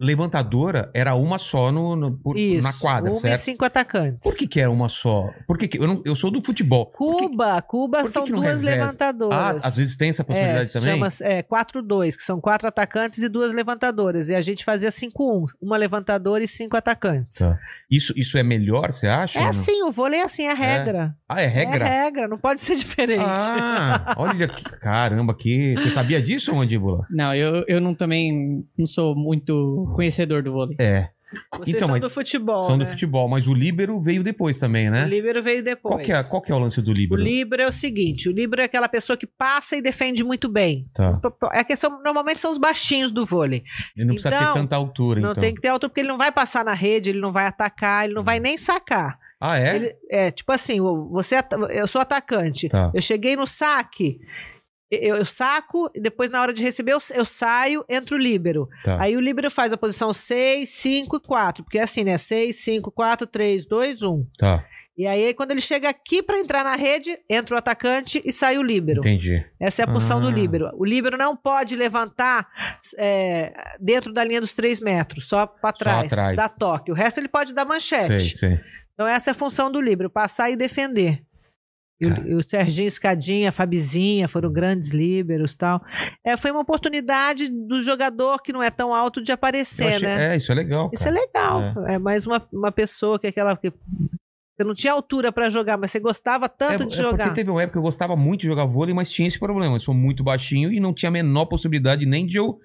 A: levantadora era uma só no, no- por-
C: isso.
A: na quadra,
C: Uma e
A: certo?
C: cinco atacantes.
A: Por que, que era uma só? Por que que- eu, não- eu sou do futebol. Por que que-
C: Cuba, Cuba
A: por que
C: são
A: que não
C: duas
A: reveza? Ah,
C: levantadoras.
A: às vezes tem essa possibilidade
C: é,
A: também?
C: chama-se, é, 4-2, que são quatro atacantes e duas levantadoras. E a gente fazia 5-1, uma levantadora e cinco atacantes.
A: Tá. Isso, isso é melhor, você acha?
C: É
A: Não?
C: assim, o vôlei é assim, é regra.
A: Ah, é regra?
C: É regra, não pode ser <laughs> diferente.
A: Ah, olha que. Caramba, que. Você sabia disso, mandíbula?
B: Não, eu, eu não também não sou muito conhecedor do vôlei.
A: É.
C: Vocês
A: então,
C: são
A: mas-
C: do futebol,
A: são
C: né?
A: do futebol, mas o líbero veio depois também,
C: O
A: né?
C: líbero veio depois.
A: Qual que, é, qual que é o lance do
C: O
A: líbero?
C: líbero é o seguinte, o líbero é aquela pessoa que passa e defende muito bem.
A: Tá.
C: É que são, normalmente são os baixinhos do vôlei.
A: Ele não precisa
C: Então,
A: ter tanta altura,
C: Não
A: então. Hum.
C: tem que ter altura, porque ele não vai passar na rede, ele não vai atacar, ele não vai nem sacar.
A: Ah, é?
C: Ele- é, tipo assim, o- você, at- eu sou atacante,
A: Tá.
C: eu cheguei no saque, eu, eu saco, e depois na hora de receber eu, eu saio, entra o líbero.
A: Tá.
C: Aí o líbero faz a posição 6, 5 e 4, porque é assim, né? 6, 5, 4, 3, 2, 1.
A: tá.
C: E aí quando ele chega aqui pra entrar na rede, entra o atacante e sai o líbero.
A: Entendi.
C: Essa é a posição
A: Ah.
C: do líbero. O líbero não pode levantar é, dentro da linha dos 3 metros, só pra trás,
A: atrás.
C: dá toque. O resto ele pode dar
A: Sei,
C: manchete.
A: sei.
C: Então essa é a função do líbero, passar e defender. E
A: Cara.
C: o, e o Serginho Escadinha, a Fabizinha foram grandes líberos e tal. É, foi uma oportunidade do jogador que não é tão alto de
A: Eu
C: aparecer,
A: achei-
C: né?
A: É, isso é legal.
C: Isso é
A: cara.
C: legal. É, mais uma, uma pessoa que é aquela que você não tinha altura pra jogar, mas você gostava tanto de
A: É
C: jogar.
A: porque teve uma época que eu gostava muito de jogar vôlei, mas tinha esse problema. Eu sou muito baixinho e não tinha a menor possibilidade nem de eu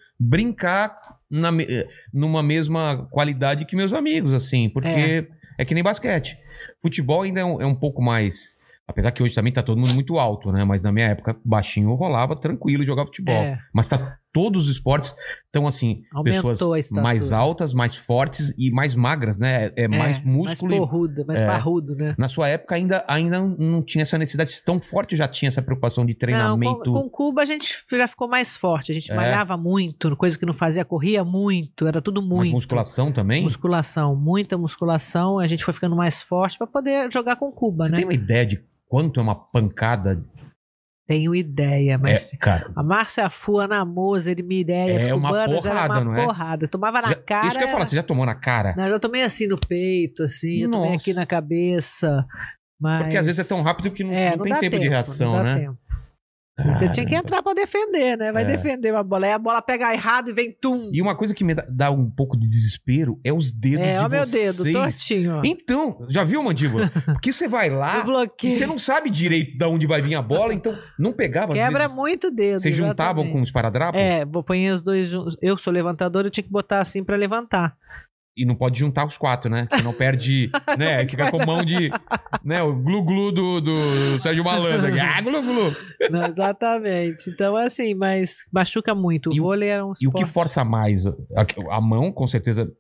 A: brincar na me- eh, numa mesma qualidade que meus amigos, assim, porque é, que nem basquete. Futebol ainda é um, é um pouco mais. Apesar que hoje também tá todo mundo muito alto, né? Mas na minha época, baixinho rolava tranquilo jogar futebol.
C: É,
A: Mas tá, todos os esportes estão assim,
C: Aumentou a
A: pessoas
C: estatura.
A: mais altas, mais fortes e mais magras, né? É, é mais músculo
C: Mais
A: e
C: porrudo, mais
A: É.
C: barrudo, né?
A: na sua época ainda, ainda não tinha essa necessidade tão forte, já tinha essa preocupação de
C: Não,
A: treinamento.
C: com, com Cuba a gente já ficou mais forte. A gente
A: É.
C: malhava muito, coisa que não fazia, corria muito, era tudo
A: mas
C: muito.
A: musculação também?
C: Musculação, muita musculação. A gente foi ficando mais forte pra poder jogar com Cuba,
A: Você
C: né?
A: tem uma ideia de quanto é uma pancada?
C: Tenho ideia, mas.
A: é, cara,
C: A Márcia Fu, Ana Moser, Mireia,
A: É uma
C: cubanas,
A: porrada,
C: era uma
A: não é?
C: porrada. Eu tomava na
A: já-
C: cara.
A: isso que eu ia falar, assim, você já tomou na cara?
C: Não, eu tomei assim no peito, assim, eu tomei
A: Nossa.
C: aqui na cabeça. Mas...
A: Porque às vezes é tão rápido que não,
C: É,
A: não tem
C: dá
A: tempo, de reação,
C: não dá
A: né?
C: tempo. Você tinha que entrar pra defender, né? Vai
A: É.
C: defender uma bola. Aí a bola pega errado e vem tum.
A: E uma coisa que me dá- dá um pouco de desespero é os dedos
C: É,
A: de
C: ó meu
A: vocês.
C: dedo, tortinho, ó.
A: Então, já viu, mandíbula? Porque você vai
C: Eu
A: lá e
C: bloqueio.
A: você não sabe direito de onde vai vir a bola, então não pegava às
C: Quebra
A: vezes.
C: muito o dedo.
A: Vocês juntavam
C: exatamente.
A: com os esparadrapo
C: É, vou ponho os dois juntos. Eu sou levantador, eu tinha que botar assim
A: <laughs>
C: pra levantar.
A: E não pode juntar os quatro, né? Senão
C: <laughs>
A: perde, né? Fica com mão de. Né? O glu-glu do, do Sérgio Malandro. aqui. Ah, glu-glu.
C: Não, exatamente. Então, assim, mas machuca muito. O
A: E o-
C: vôlei era um
A: E o que
C: esporte-
A: força mais? A, a mão, com certeza.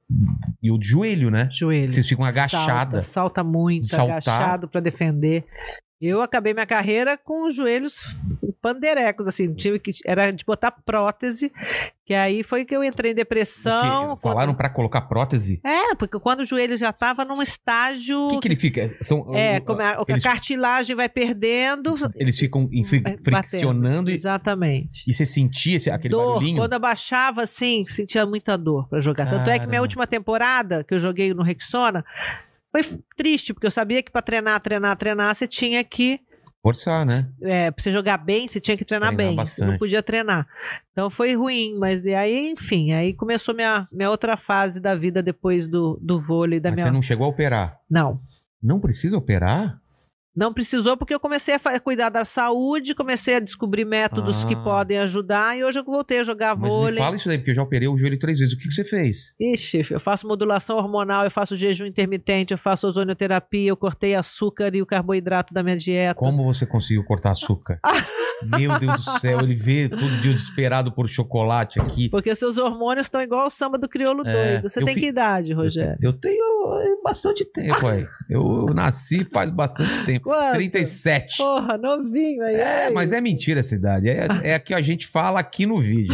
A: E o joelho, né?
C: Joelho.
A: Vocês ficam
C: Salta,
A: agachadas.
C: salta muito,
A: Saltar.
C: agachado pra defender. Eu acabei minha carreira com os joelhos panderecos, assim, tive que era de botar prótese, que aí foi que eu entrei em depressão.
A: Porque falaram pra colocar prótese.
C: Era, porque quando o joelho já tava num estágio
A: O que, que ele fica? São,
C: é,
A: o-
C: como a, a
A: eles-
C: cartilagem vai perdendo,
A: Eles ficam <laughs> enfri-
C: É, batendo.
A: friccionando e,
C: exatamente.
A: e você sentia esse, aquele
C: dor,
A: barulhinho?
C: quando abaixava, sim, sentia muita dor pra jogar. Tanto é que
A: Cara.
C: minha última temporada, que eu joguei no Rexona, foi f- triste, porque eu sabia que pra treinar, treinar, treinar, você tinha que.
A: Forçar, né?
C: É, pra você jogar bem, você tinha que treinar,
A: Treinar
C: bem. Você não
A: bastante.
C: podia treinar. Então foi ruim, mas de aí, enfim, aí começou minha, minha outra fase da vida depois do, do vôlei, da
A: Mas você
C: minha.
A: não chegou a operar.
C: não,
A: Não precisa operar?
C: não precisou porque eu comecei a fa- cuidar da saúde, comecei a descobrir métodos
A: Ah.
C: que podem ajudar e hoje eu voltei a jogar
A: Mas me
C: vôlei.
A: fala isso daí, porque eu já operei o joelho três vezes. O que, que você fez?
C: Ixi, eu faço modulação hormonal, eu faço jejum intermitente, eu faço ozonioterapia, eu cortei açúcar e o carboidrato da minha dieta. <laughs>
A: Como você conseguiu cortar açúcar? Meu Deus do céu, ele vê todo dia desesperado por chocolate aqui.
C: Porque seus hormônios estão igual o samba do crioulo
A: É,
C: doido. Você
A: eu
C: tem
A: fi-
C: que idade, Rogério?
A: Eu tenho eh, bastante tempo aí. Eu nasci faz bastante tempo.
C: Quanto?
A: 37.
C: Porra, novinho aí.
A: É,
C: olha
A: mas
C: isso.
A: é mentira essa idade. É, é a que a gente fala aqui no vídeo.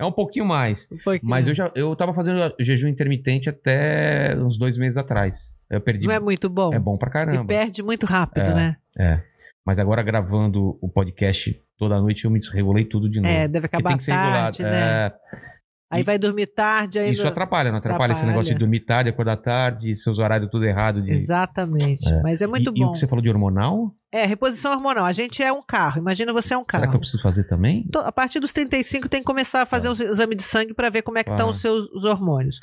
A: É um pouquinho mais.
C: Um pouquinho.
A: Mas eu já eu tava fazendo jejum intermitente até uns dois meses atrás. Eu perdi.
C: Não é muito bom.
A: É bom pra
C: e
A: caramba.
C: perde muito rápido,
A: É.
C: né?
A: É. Mas agora gravando o podcast toda noite, eu me desregulei tudo de novo.
C: É, deve
A: Porque
C: acabar tarde, né?
A: É,
C: Aí vai dormir tarde, aí.
A: isso
C: não-
A: atrapalha, não atrapalha, esse
C: Atrapalha.
A: negócio de dormir tarde, acordar tarde, seus horários tudo errado. De...
C: Exatamente.
A: É.
C: Mas é muito
A: e, E o
C: bom.
A: que você falou de hormonal?
C: É, reposição hormonal. A gente é um carro. Imagina você é um
A: Será que eu
C: carro.
A: preciso fazer também?
C: To- A partir dos 35 tem que começar a fazer um exame de sangue para ver como é que
A: Claro.
C: estão os seus os hormônios.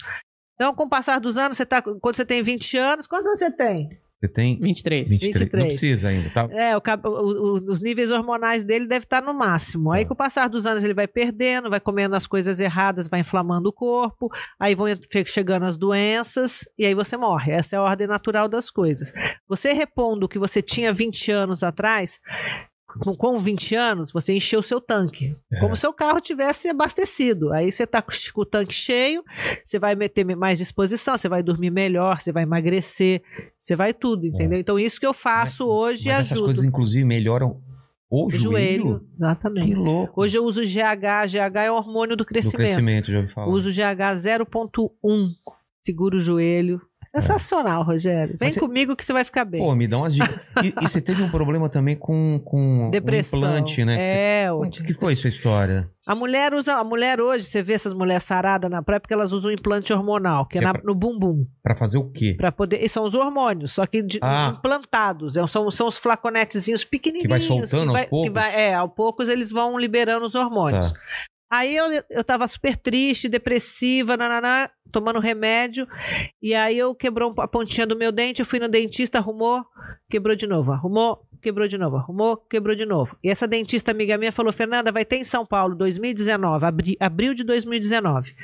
C: Então, com o passar dos anos, você tá, quando você tem 20 anos, quantos anos você tem?
A: Você tem
B: 23.
A: 23. Não
C: 23.
A: precisa ainda, tá?
C: É, o cab- o- o- os níveis hormonais dele devem estar no máximo. Aí,
A: Tá.
C: com o passar dos anos, ele vai perdendo, vai comendo as coisas erradas, vai inflamando o corpo, aí vão ent- fe- chegando as doenças, e aí você morre. Essa é a ordem natural das coisas. Você repondo o que você tinha 20 anos atrás, com, com 20 anos, você encheu o seu tanque.
A: É.
C: Como se o seu carro tivesse abastecido. Aí você está com o tanque cheio, você vai meter mais disposição, você vai dormir melhor, você vai emagrecer, você vai tudo, entendeu? Então, isso que eu faço hoje e
A: É. Mas essas
C: ajudo.
A: coisas, inclusive, melhoram o
C: O
A: joelho.
C: joelho,
A: Que
C: exatamente.
A: louco.
C: Hoje eu uso GH, GH é o hormônio do
A: Do
C: crescimento.
A: crescimento, já ouvi falar.
C: Uso GH 0.1, seguro o joelho. Sensacional, Rogério.
A: É.
C: Vem
A: Mas você-
C: comigo que você vai ficar bem.
A: Pô, me dá umas dicas. E, e você teve um problema também com, com
C: Depressão.
A: um implante, né? Que
C: É,
A: você-
C: ótimo.
A: que foi essa história?
C: A mulher usa, a mulher hoje, você vê essas mulheres saradas na praia porque elas usam implante hormonal, que é
A: Que é
C: na-
A: pra-
C: no bumbum,
A: Pra fazer o quê?
C: para poder, e são os hormônios, só que de-
A: Ah.
C: implantados, é, são, são os flaconetezinhos pequenininhos
A: soltando aos
C: vai- que
A: poucos?
C: vai- é, aos poucos eles vão liberando os
A: Tá.
C: hormônios. Aí eu, eu tava super triste, depressiva, nananá, tomando remédio. E aí eu quebrou um a pontinha do meu dente, eu fui no dentista, arrumou, quebrou de novo, arrumou, quebrou de novo, arrumou, quebrou de novo. E essa dentista amiga minha falou: Fernanda, vai ter em São Paulo 2019, abri- abril de 2019.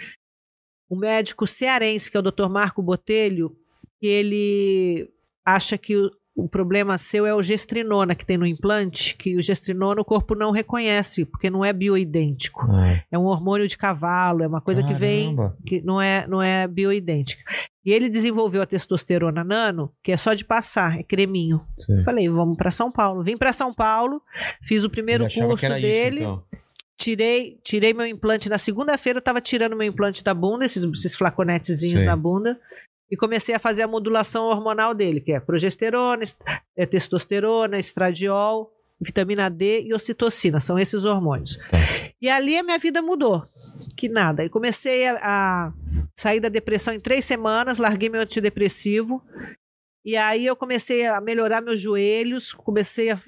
C: O médico cearense, que é o Dr. Marco Botelho, que ele acha que o, o problema seu é o gestrinona que tem no implante, que o gestrinona o corpo não reconhece, porque não é bioidêntico
A: Ah,
C: é um hormônio de cavalo, é uma coisa que vem
A: caramba.
C: que não é não é bioidêntica. E ele desenvolveu a testosterona nano, que é só de passar, é creminho.
A: Sim.
C: Falei, vamos para São Paulo. Vim para São Paulo, fiz o primeiro
A: Ele achava
C: curso
A: que era isso,
C: dele,
A: então.
C: tirei tirei meu implante na segunda-feira, eu tava tirando meu implante da bunda, esses, esses flaconetezinhos
A: Uhum. Sim.
C: na bunda. E comecei a fazer a modulação hormonal dele, que é progesterona, est- é testosterona, estradiol, vitamina D e ocitocina, são esses hormônios.
A: Tá.
C: E ali a minha vida mudou, que nada. Eu comecei a, a sair da depressão em três semanas, larguei meu antidepressivo. E aí eu comecei a melhorar meus joelhos, comecei a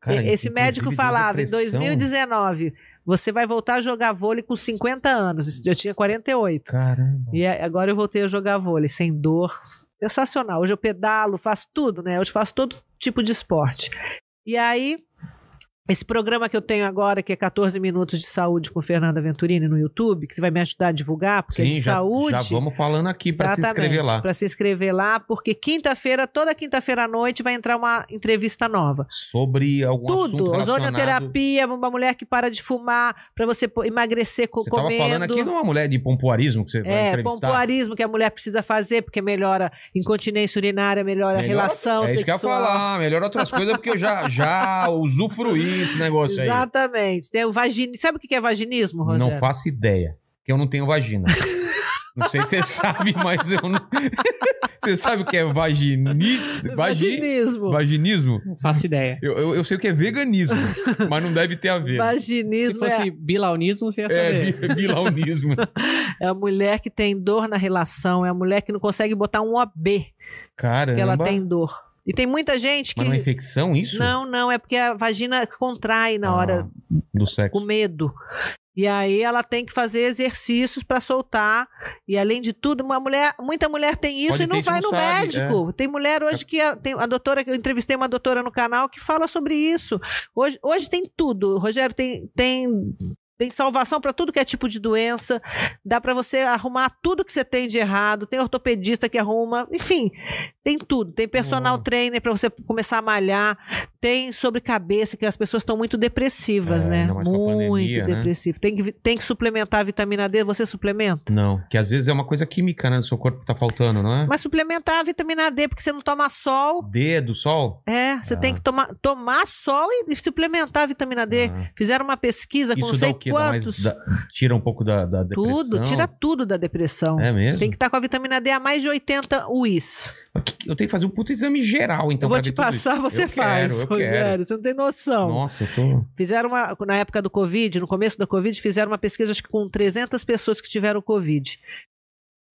A: Cara,
C: esse
A: inclusive,
C: médico
A: deu
C: falava em
A: depressão.
C: 2019, você vai voltar a jogar vôlei com 50 anos. Eu tinha 48.
A: Caramba.
C: E a- agora eu voltei a jogar vôlei sem dor. Sensacional. Hoje eu pedalo, faço tudo, né? Hoje eu faço todo tipo de esporte. E aí, esse programa que eu tenho agora, que é 14 minutos de saúde com Fernanda Venturini no YouTube, que você vai me ajudar a divulgar, porque é
A: Sim,
C: de
A: já,
C: saúde.
A: já vamos falando aqui pra se inscrever lá.
C: Para se inscrever lá, porque quinta-feira, toda quinta-feira à noite, vai entrar uma entrevista nova
A: Sobre algum um assunto
C: tudo.
A: relacionado...
C: Ozonioterapia, uma mulher que para de fumar, para você pô- emagrecer co
A: Você tava
C: comendo.
A: falando aqui de uma mulher de pompoarismo que você vai
C: é,
A: entrevistar.
C: pompoarismo que a mulher precisa fazer, porque melhora incontinência urinária, melhora,
A: Melhora-
C: a relação
A: É
C: sexual.
A: isso que eu ia falar, melhor outras coisas, porque eu já,
C: <laughs>
A: já usufruí esse negócio aí.
C: Exatamente. Tem o vagini... Sabe o que é vaginismo, Rogério?
A: Não faço ideia, porque eu não tenho
C: <laughs>
A: vagina. não sei se você sabe, mas eu não... <laughs> você sabe o que é vagini... vagi...
C: Vaginismo.
A: vaginismo?
B: Não faço ideia.
A: Eu, eu, eu sei o que é
C: <laughs>
A: veganismo, mas não deve ter a ver.
B: Se
C: Vaginismo
B: fosse bilaunismo, você ia
A: É,
B: saber.
A: bi-
C: <laughs>
A: bilaunismo.
C: é, é a mulher que tem dor na relação, é a mulher que não consegue botar um OB,
A: Caramba.
C: porque ela tem dor. E tem muita gente que.
A: Mas não é infecção isso?
C: não, não, é porque a vagina contrai na hora
A: Ah, do sexo.
C: com medo. E aí ela tem que fazer exercícios para soltar. E além de tudo, uma mulher, muita mulher tem isso
A: Pode
C: e
A: ter
C: não
A: isso,
C: vai
A: não
C: no
A: sabe, é.
C: médico. Tem mulher hoje que a, tem a doutora que eu entrevistei uma doutora no canal que fala sobre isso. Hoje, hoje tem tudo. Rogério tem tem tem salvação para tudo que é tipo de doença. Dá para você arrumar tudo que você tem de errado. Tem ortopedista que arruma. Enfim, Tem tudo. Tem personal
A: Boa.
C: trainer para você começar a malhar. Tem sobre cabeça, que as pessoas estão muito depressivas,
A: É,
C: né?
A: ainda mais com a
C: Muito
A: pandemia, né?
C: depressivo. Tem, que, vi- tem que suplementar a vitamina D. Você suplementa?
A: Não, que às vezes é uma coisa química, né? Do seu corpo que tá faltando, não é?
C: Mas suplementar a vitamina D, porque você não toma sol.
A: D do sol?
C: É, você
A: Ah.
C: tem que tomar, tomar sol e e suplementar a vitamina D.
A: Ah.
C: Fizeram uma pesquisa com não
A: Isso dá
C: sei
A: o quê? Dá mais-
C: quantos.
A: dá- tira um pouco da, da depressão?
C: Tudo, tira tudo da depressão.
A: É mesmo?
C: Tem que estar com a vitamina D a mais de 80 UIs.
A: Mas que- Eu tenho que fazer um puta exame geral, então.
C: eu
A: pra
C: vou
A: ver
C: te um.
A: tudo isso.
C: passar, você
A: Eu
C: faz,
A: quero, eu
C: Rogério.
A: quero.
C: Você não tem noção.
A: Nossa, eu tô...
C: Fizeram uma, na época do Covid, no começo da Covid, fizeram uma pesquisa acho que com 300 pessoas que tiveram Covid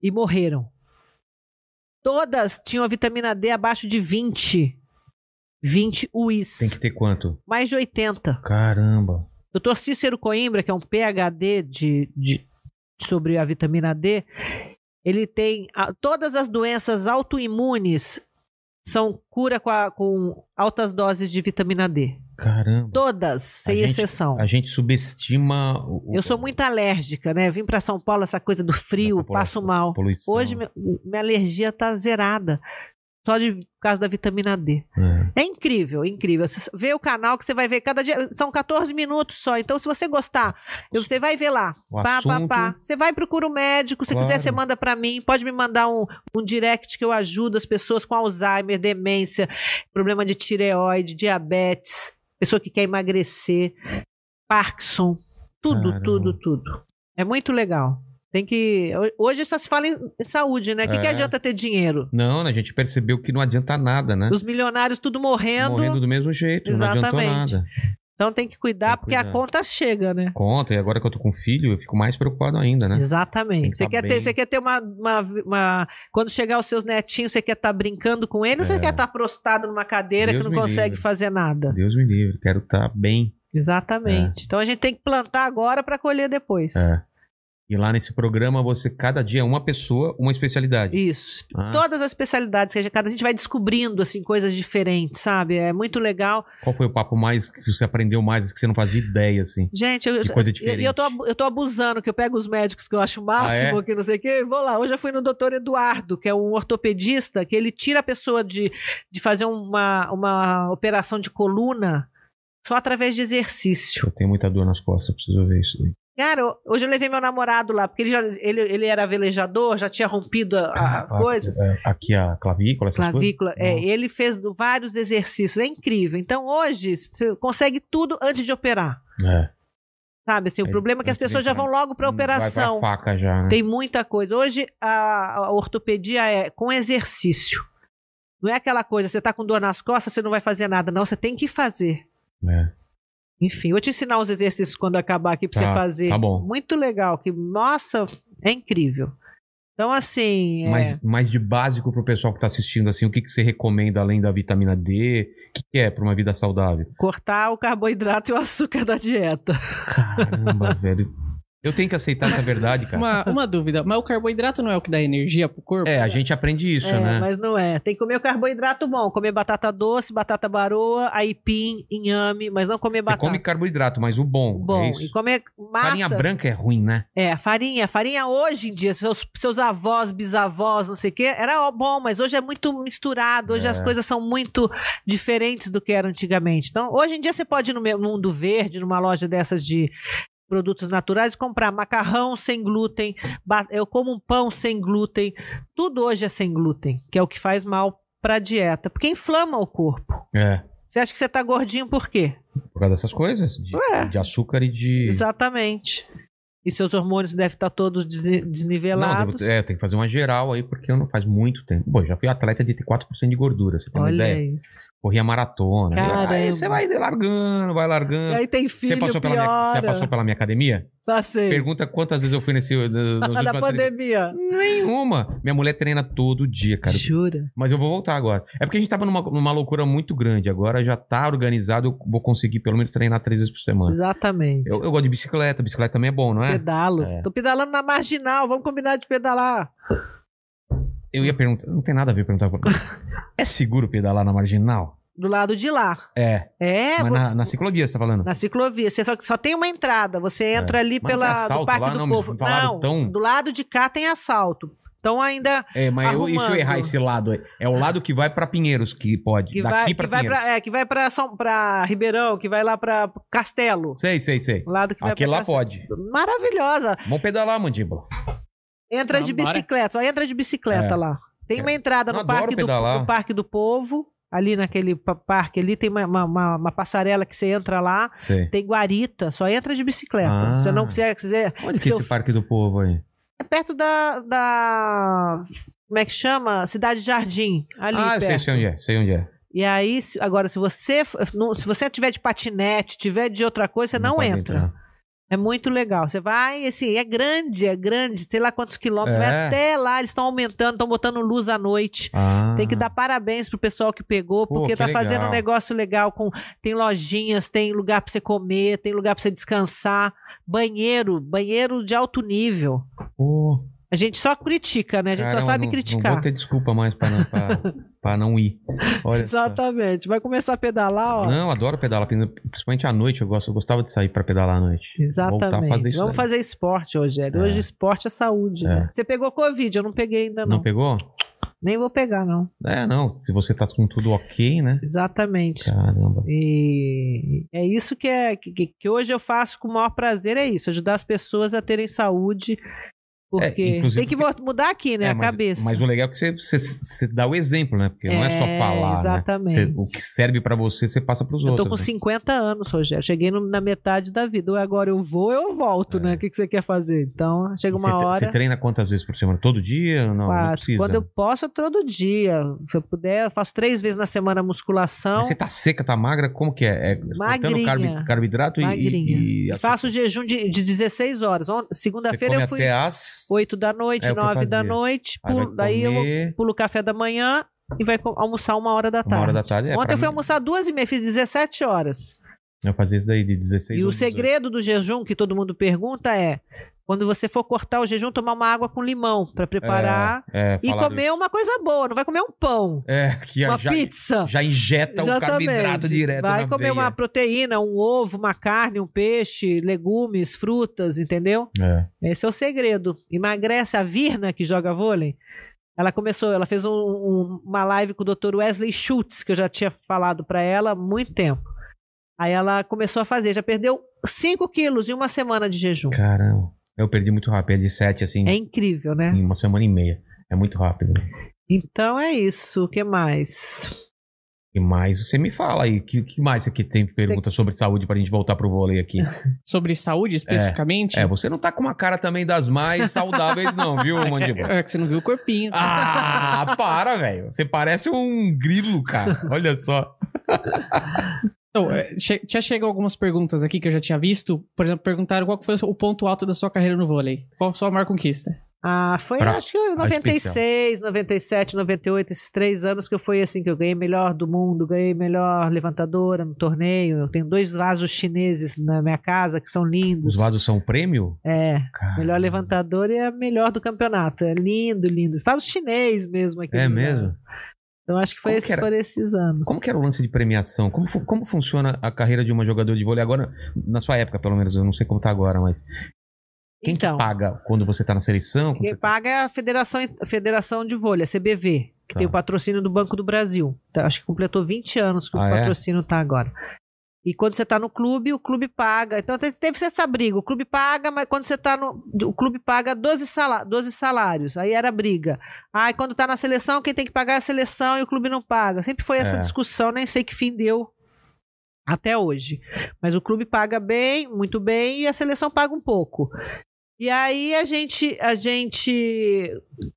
C: e morreram. Todas tinham a vitamina D abaixo de 20. 20 UIs.
A: Tem que ter quanto?
C: Mais de 80.
A: Caramba.
C: Doutor Cícero Coimbra, que é um PhD de, de- sobre a vitamina D, ele tem a- todas as doenças autoimunes são cura com, a- com altas doses de vitamina D.
A: Caramba.
C: Todas, sem
A: A gente-
C: exceção.
A: A gente subestima o, o-
C: Eu sou muito alérgica, né? Vim pra São Paulo, essa coisa do
A: Da
C: frio,
A: população-
C: passo mal.
A: poluição.
C: Hoje minha, minha alergia tá zerada. Só de por causa da vitamina D.
A: É.
C: É incrível, incrível. Você Vê o canal que você vai ver cada dia. São 14 minutos só. Então, se você gostar, eu- você vai ver lá.
A: O
C: Pá, pá,
A: assunto-
C: pá. Você vai procura um médico. Se
A: Claro.
C: quiser, você manda pra mim. Pode me mandar um, um direct que eu ajudo as pessoas com Alzheimer, demência, problema de tireoide, diabetes, pessoa que quer emagrecer, Parkinson. Tudo,
A: Caramba.
C: tudo, tudo. É muito legal. Tem que. ho- Hoje só se fala em em saúde, né? O que, que
A: É.
C: adianta ter dinheiro?
A: Não, né, a gente percebeu que não adianta nada, né?
C: Os milionários tudo morrendo.
A: Morrendo do mesmo jeito, não
C: Exatamente.
A: adiantou nada.
C: Então tem que
A: Tem
C: cuidar,
A: que
C: porque
A: cuidar.
C: a conta chega, né?
A: Conta, e agora que eu tô com filho, eu fico mais preocupado ainda, né? Tem que
C: Exatamente. Você
A: tá
C: quer,
A: bem.
C: ter, você quer ter uma, uma, uma- Quando chegar os seus netinhos, você quer estar brincando com eles ou
A: É.
C: você quer estar prostrado numa cadeira
A: Deus
C: que
A: me
C: não consegue
A: livre.
C: fazer nada?
A: Deus me livre, quero estar bem.
C: Exatamente. Então a gente tem que plantar agora para colher depois.
A: É. E lá nesse programa, você, cada dia, é uma pessoa, uma especialidade.
C: Isso.
A: Ah.
C: Todas as especialidades que a gente, cada- a gente vai descobrindo assim coisas diferentes, sabe? É muito legal.
A: Qual foi o papo mais que você aprendeu mais que você não fazia ideia, assim?
C: Gente, eu,
A: De coisa
C: eu-
A: diferente.
C: eu, tô, abu- eu tô abusando, que eu pego os médicos que eu acho o máximo,
A: Ah,
C: que não sei o quê, e vou lá. Hoje eu fui no doutor Eduardo, que é um ortopedista, que ele tira a pessoa de, de fazer uma, uma operação de coluna só através de exercício.
A: Eu tenho muita dor nas costas, preciso ver isso. aí.
C: Cara, eu- hoje eu levei meu namorado lá, porque ele, já, ele, ele era velejador, já tinha rompido a, a
A: Ah,
C: coisa.
A: é, Aqui a clavícula, essas coisas.
C: Clavícula, é,
A: Nossa.
C: ele fez do- vários exercícios, é incrível. Então hoje você consegue tudo antes de operar,
A: É.
C: sabe? Assim, o
A: É,
C: problema é que as
A: antes de
C: pessoas já
A: entrar. Hum,
C: vão logo para operação.
A: Vai pra faca já, né?
C: Tem muita coisa. Hoje a, a ortopedia é com exercício. Não é aquela coisa, você tá com dor nas costas, você não vai fazer nada, não. Você tem que fazer.
A: É.
C: Enfim, eu vou te ensinar os exercícios quando acabar aqui pra
A: Tá,
C: você fazer.
A: tá bom.
C: Muito legal. Que, nossa, é incrível. Então, assim. é-
A: Mas, mas de básico pro pessoal que tá assistindo, assim, o que, que você recomenda além da vitamina D? O que, que é pra uma vida saudável?
C: Cortar o carboidrato e o açúcar da dieta.
A: <laughs> Caramba, velho. Eu tenho que aceitar essa verdade, cara.
B: Uma, uma dúvida, mas o carboidrato não é o que dá energia pro corpo?
A: É, a gente aprende isso,
C: É,
A: né?
C: Mas não é. Tem que comer o carboidrato bom. Comer batata doce, batata baroa, aipim, inhame, mas não comer
A: Você
C: é batata.
A: come carboidrato, mas o bom,
C: Bom,
A: é
C: e
A: isso?
C: comer massa.
A: Farinha branca é ruim, né?
C: É, farinha. Farinha hoje em dia, seus, seus avós, bisavós, não sei o quê, era ó- bom, mas hoje é muito misturado, hoje
A: É.
C: as coisas são muito diferentes do que era antigamente. Então, hoje em dia você pode ir no meu- mundo verde, numa loja dessas de produtos naturais, e comprar macarrão sem glúten, ba- eu como um pão sem glúten, tudo hoje é sem glúten, que é o que faz mal pra dieta, porque inflama o corpo.
A: É.
C: Você acha que você tá gordinho por quê?
A: Por causa dessas coisas? De,
C: Ué.
A: de açúcar e de.
C: Exatamente. E seus hormônios devem estar todos desni-
A: Não,
C: desnivelados.
A: devo- é, tem que fazer uma geral aí, porque eu não faz muito tempo. Bom, já fui atleta de ter 4% de gordura, você tem uma
C: Olha
A: ideia?
C: isso.
A: Corria maratona. né?
C: Caramba.
A: Aí você vai largando, vai largando.
C: E aí tem filho,
A: Você passou, pela minha,
C: piora.
A: você passou pela minha academia?
C: Passei.
A: Pergunta quantas vezes eu fui
C: <laughs>
A: nesse. nos
C: da
A: últimos-
C: pandemia. um.
A: Nenhuma. Minha mulher treina todo dia, cara.
C: Jura?
A: Mas eu vou voltar agora. É porque a gente tava numa, numa loucura muito grande. Agora já tá organizado, eu vou conseguir pelo menos treinar três vezes por semana.
C: Exatamente.
A: Ah. Eu, eu gosto de bicicleta, bicicleta também é bom, não é?
C: Pedalo.
A: É.
C: Tô pedalando na marginal, vamos combinar de pedalar.
A: Eu ia perguntar, não tem nada a ver perguntar.
C: <laughs>
A: pra- é seguro pedalar na marginal?
C: Do lado de lá.
A: É,
C: É,
A: mas
C: vou- na...
A: na, na ciclovia você tá falando?
C: ciclovia. Você só, só tem uma entrada. Você entra ali
A: É. Mas não
C: pela
A: tem assalto
C: do Parque
A: lá,
C: do
A: não, me
C: Povo.
A: falaram
C: Não,
A: tão-
C: do lado de cá tem assalto. Então ainda
A: É, mas eu, e se eu
C: Arrumando.
A: errar esse lado aí? É o lado que vai pra Pinheiros que pode.
C: que vai,
A: Daqui
C: que
A: pra
C: vai
A: Pinheiros.
C: pra, é, que vai pra São para Ribeirão, que vai lá pra Castelo.
A: Sei, sei, sei.
C: O lado que é. vai
A: Aquele
C: pra
A: lá
C: Castelo.
A: pode.
C: Maravilhosa.
A: Vamos pedalar, mandíbula.
C: Entra
B: Então,
C: de
B: bora.
C: bicicleta, só entra de bicicleta
A: É.
C: lá. Tem
A: É.
C: uma entrada
A: Eu
C: no
A: adoro
C: parque do,
A: pedalar.
C: no Parque do Povo, ali naquele pa- parque ali, tem uma, uma- uma- uma passarela que você entra lá,
A: Sei.
C: tem guarita, só entra de
A: Ah.
C: bicicleta. Se Você não quiser, quiser
A: Onde que é
C: Seu
A: esse
C: fi-
A: Parque do Povo aí?
C: é perto da, da- como é que chama? Cidade Jardim, ali
A: ah, eu sei,
C: perto.
A: sei onde é, sei onde é.
C: E aí, se- agora se você f- não- se você tiver de patinete, tiver de outra coisa, você não,
A: pode
C: entra.
A: entrar.
C: É muito legal. Você vai, assim, é grande, é grande, sei lá quantos quilômetros,
A: É.
C: vai até lá, eles estão aumentando, estão botando luz à noite.
A: Ah,
C: Tem que dar parabéns pro pessoal que pegou,
A: Pô,
C: porque
A: que
C: tá fazendo
A: legal.
C: um negócio legal com tem lojinhas, tem lugar pra você comer, tem lugar pra você descansar, banheiro, banheiro de alto nível.
A: pô,
C: A gente só critica, né? A gente
A: caramba,
C: só sabe
A: não- Não
C: criticar.
A: vou ter desculpa mais pra não, pra,
C: <laughs>
A: pra não ir. Olha só.
C: Exatamente. Vai começar a pedalar, ó.
A: Não, adoro pedalar, principalmente à noite. Eu gosto, eu gostava de sair pra pedalar à noite.
C: Exatamente.
A: Voltar a fazer isso
C: Vamos
A: daí.
C: fazer esporte, Rogério.
A: É.
C: Hoje esporte é saúde. né? Você pegou Covid, eu não peguei ainda,
A: Não
C: não.
A: pegou?
C: Nem vou pegar, não.
A: É, não. Se você tá com tudo ok, né?
C: Exatamente.
A: Caramba.
C: E é isso que, é, que, que- que hoje eu faço com o maior prazer, é isso, ajudar as pessoas a terem saúde. Porque
A: É, inclusive
C: tem que mo- mudar aqui, né?
A: É,
C: a
A: mas,
C: cabeça.
A: Mas o legal é que você, você, você dá o exemplo, né? Porque não é só
C: É,
A: falar. né?
C: exatamente.
A: Você- o que serve pra você, você passa pros
C: eu
A: outros.
C: tô com
A: né?
C: 50 anos, Rogério. Cheguei no- na metade da vida. Ou é agora eu vou, ou eu volto,
A: É.
C: né? O que, que você quer fazer? Então, chega
A: você,
C: uma
A: tre-
C: hora.
A: você treina quantas vezes por semana? Todo dia? Não, não
C: quatro.
A: precisa.
C: Quando eu
A: né?
C: posso, é todo dia. Se eu puder, eu faço três vezes na semana musculação.
A: Mas você tá seca, tá magra? Como que é? é cortando
C: Magrinha.
A: carbo- carboidrato e-
C: Magrinha.
A: e... e
C: E
A: açúcar.
C: faço jejum de, de 16 horas. Ont-
A: Você
C: Segunda-feira
A: tá come
C: eu fui
A: até às...
C: 8 da noite,
A: É o que eu
C: 9 da
A: fazia.
C: noite.
A: Aí vai
C: pulo- daí eu
A: comer,
C: pulo o café da manhã e vai co- almoçar uma hora da tarde.
A: Uma hora da tarde. É,
C: Ontem
A: pra
C: eu fui
A: mim-
C: almoçar duas e meia, fiz 17 horas.
A: Eu fazia isso daí de 16
C: E
A: ou
C: o
A: 18.
C: segredo do jejum que todo mundo pergunta é quando você for cortar o jejum, tomar uma água com limão pra preparar
A: É,
C: e
A: falaram
C: comer uma coisa boa. Não vai comer um pão,
A: isso. É, que
C: uma
A: já,
C: pizza.
A: já injeta o carboidrato direto
C: Vai
A: na
C: comer
A: veia.
C: uma proteína, um ovo, uma carne, um peixe, legumes, frutas, entendeu?
A: É.
C: Esse é o segredo. Emagrece a Virna que joga vôlei. Ela começou, ela fez um- um- uma live com o Dr. Wesley Schultz, que eu já tinha falado pra ela há muito tempo. Aí ela começou a fazer, já perdeu 5 quilos em uma semana de jejum.
A: Caramba. Eu perdi muito rápido. É de 7, assim,
C: É incrível, né?
A: em uma semana e meia. É muito rápido.
C: Então é isso. O que mais?
A: E mais, você me fala aí. O que, que mais aqui tem pergunta sobre saúde pra gente voltar pro vôlei
C: <laughs>
A: aqui?
B: Sobre saúde especificamente?
A: É, você não tá com uma cara também das mais saudáveis não, viu,
C: <laughs>
A: Mandíbula?
B: É que você não viu o corpinho.
A: Ah, para, velho. Você parece um grilo, cara. Olha só.
B: Então, é, che- já chegou algumas perguntas aqui que eu já tinha visto. Por exemplo, perguntaram qual que foi o ponto alto da sua carreira no vôlei. Qual a sua maior conquista?
C: Ah, foi
A: Pra-
C: acho que 96, 97, 98, esses três anos que eu fui assim, que eu ganhei melhor do mundo, ganhei melhor levantadora no torneio. Eu tenho dois vasos chineses na minha casa que são lindos.
A: Os vasos são prêmio?
C: É,
A: Cara,
C: melhor levantadora e a melhor do campeonato. É lindo, lindo. Vaso chinês mesmo aqui.
A: É mesmo?
C: Então acho que foi
A: Como
C: esses,
A: que era?
C: foram esses anos.
A: Como que era o lance de premiação? Como, fu- como funciona a carreira de uma jogadora de vôlei agora, na sua época, pelo menos? Eu não sei como tá agora, mas. Quem
C: então,
A: que paga quando você tá na seleção? Quando
C: quem
A: você-
C: paga é a Federação, a Federação de Vôlei, a CBV, que
A: Tá.
C: tem o patrocínio do Banco do Brasil. Então, acho que completou 20 anos que
A: Ah,
C: o
A: é?
C: patrocínio está agora. E quando você está no clube, o clube paga. Então te- teve essa briga. O clube paga, mas quando você está no. O clube paga 12, sala- 12 salários. Aí era briga. Aí quando está na seleção, quem tem que pagar é a seleção e o clube não paga. Sempre foi essa
A: É.
C: discussão, nem sei que fim deu até hoje. Mas o clube paga bem, muito bem, e a seleção paga um pouco. E aí a gente, a gente,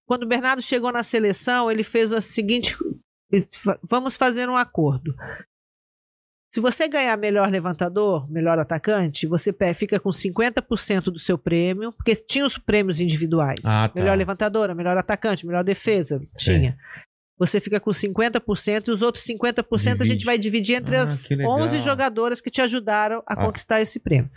C: quando o Bernardo chegou na seleção, ele fez o seguinte: ele disse, "Va- vamos fazer um acordo. Se você ganhar melhor levantador, melhor atacante, você pe- fica com 50% do seu prêmio, porque tinha os prêmios individuais.
A: Ah, tá.
C: Melhor levantadora, melhor atacante, melhor defesa, tinha. Você fica com 50% e os outros 50% a
A: Divide.
C: gente vai dividir entre
A: Ah,
C: as
A: que legal.
C: 11 jogadoras que te ajudaram a
A: Ah.
C: conquistar esse prêmio.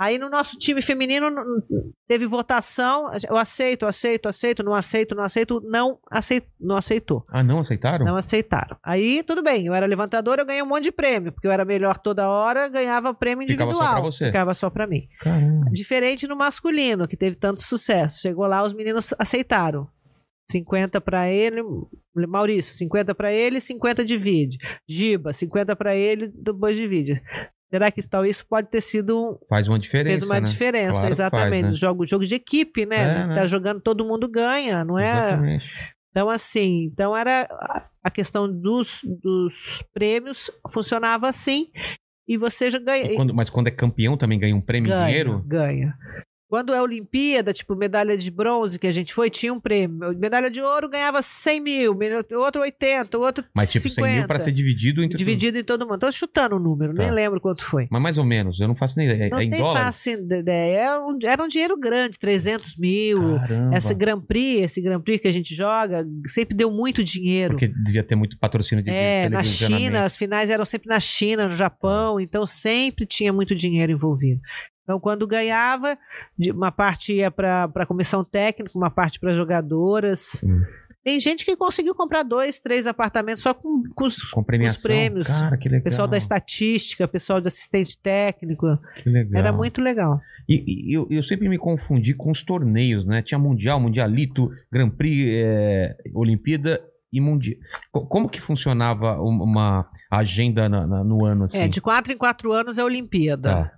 C: Aí no nosso time feminino n- n- teve votação, eu aceito, aceito, aceito, não aceito, não aceito, não acei- não aceitou,
A: Ah, não aceitaram?
C: não aceitaram. Aí tudo bem, eu era levantadora, eu ganhei um monte de prêmio, porque eu era melhor toda hora, ganhava prêmio
A: Ficava
C: é individual.
A: só pra você.
C: Ficava só pra mim.
A: Caramba.
C: Diferente no masculino, que teve tanto sucesso. Chegou lá, os meninos aceitaram. 50 para ele, Maurício, 50 para ele, 50 divide. Giba, 50 para ele, depois divide. Será que talvez isso pode ter sido um,
A: Faz uma diferença.
C: fez uma
A: né?
C: diferença,
A: Claro que
C: exatamente.
A: faz, né?
C: Jogo, jogo de equipe, né?
A: É,
C: tá
A: né?
C: jogando, todo mundo ganha, não é?
A: Exatamente.
C: Então, assim, então era a- a questão dos, dos prêmios funcionava assim e você já ganha.
A: E quando- mas quando é campeão também ganha um prêmio em dinheiro?
C: Ganha. Quando é Olimpíada, tipo medalha de bronze que a gente foi, tinha um prêmio. Medalha de ouro ganhava 100 mil, mil- outro 80, outro
A: Mas tipo,
C: 50.
A: 100 mil pra ser dividido entre...
C: dividido em todo mundo. Tô chutando o número,
A: Tá.
C: nem lembro quanto foi.
A: Mas mais ou menos, eu não faço nem ideia. É-
C: Não
A: é em
C: nem
A: dólares?
C: faço ideia. É um- Era um dinheiro grande, 300 mil.
A: Caramba.
C: Esse Grand Prix, esse Grand Prix que a gente joga, sempre deu muito dinheiro.
A: Porque devia ter muito patrocínio de de né?
C: É, na
A: televisionamento.
C: China, as finais eram sempre na China, no Japão, então sempre tinha muito dinheiro envolvido. Então, quando ganhava, de- uma parte ia para a comissão técnica, uma parte para jogadoras.
A: Hum.
C: Tem gente que conseguiu comprar dois, três apartamentos só com, com os,
A: Com premiação.
C: os prêmios.
A: Cara, que legal.
C: pessoal da estatística, pessoal do assistente técnico.
A: Que legal.
C: Era muito legal.
A: E, e eu, eu sempre me confundi com os torneios, né? Tinha Mundial, Mundialito, Grand Prix, é, Olimpíada e Mundial. Co- Como que funcionava um- uma agenda na- na- no ano, assim?
C: É, de quatro em quatro anos é a Olimpíada.
A: Tá.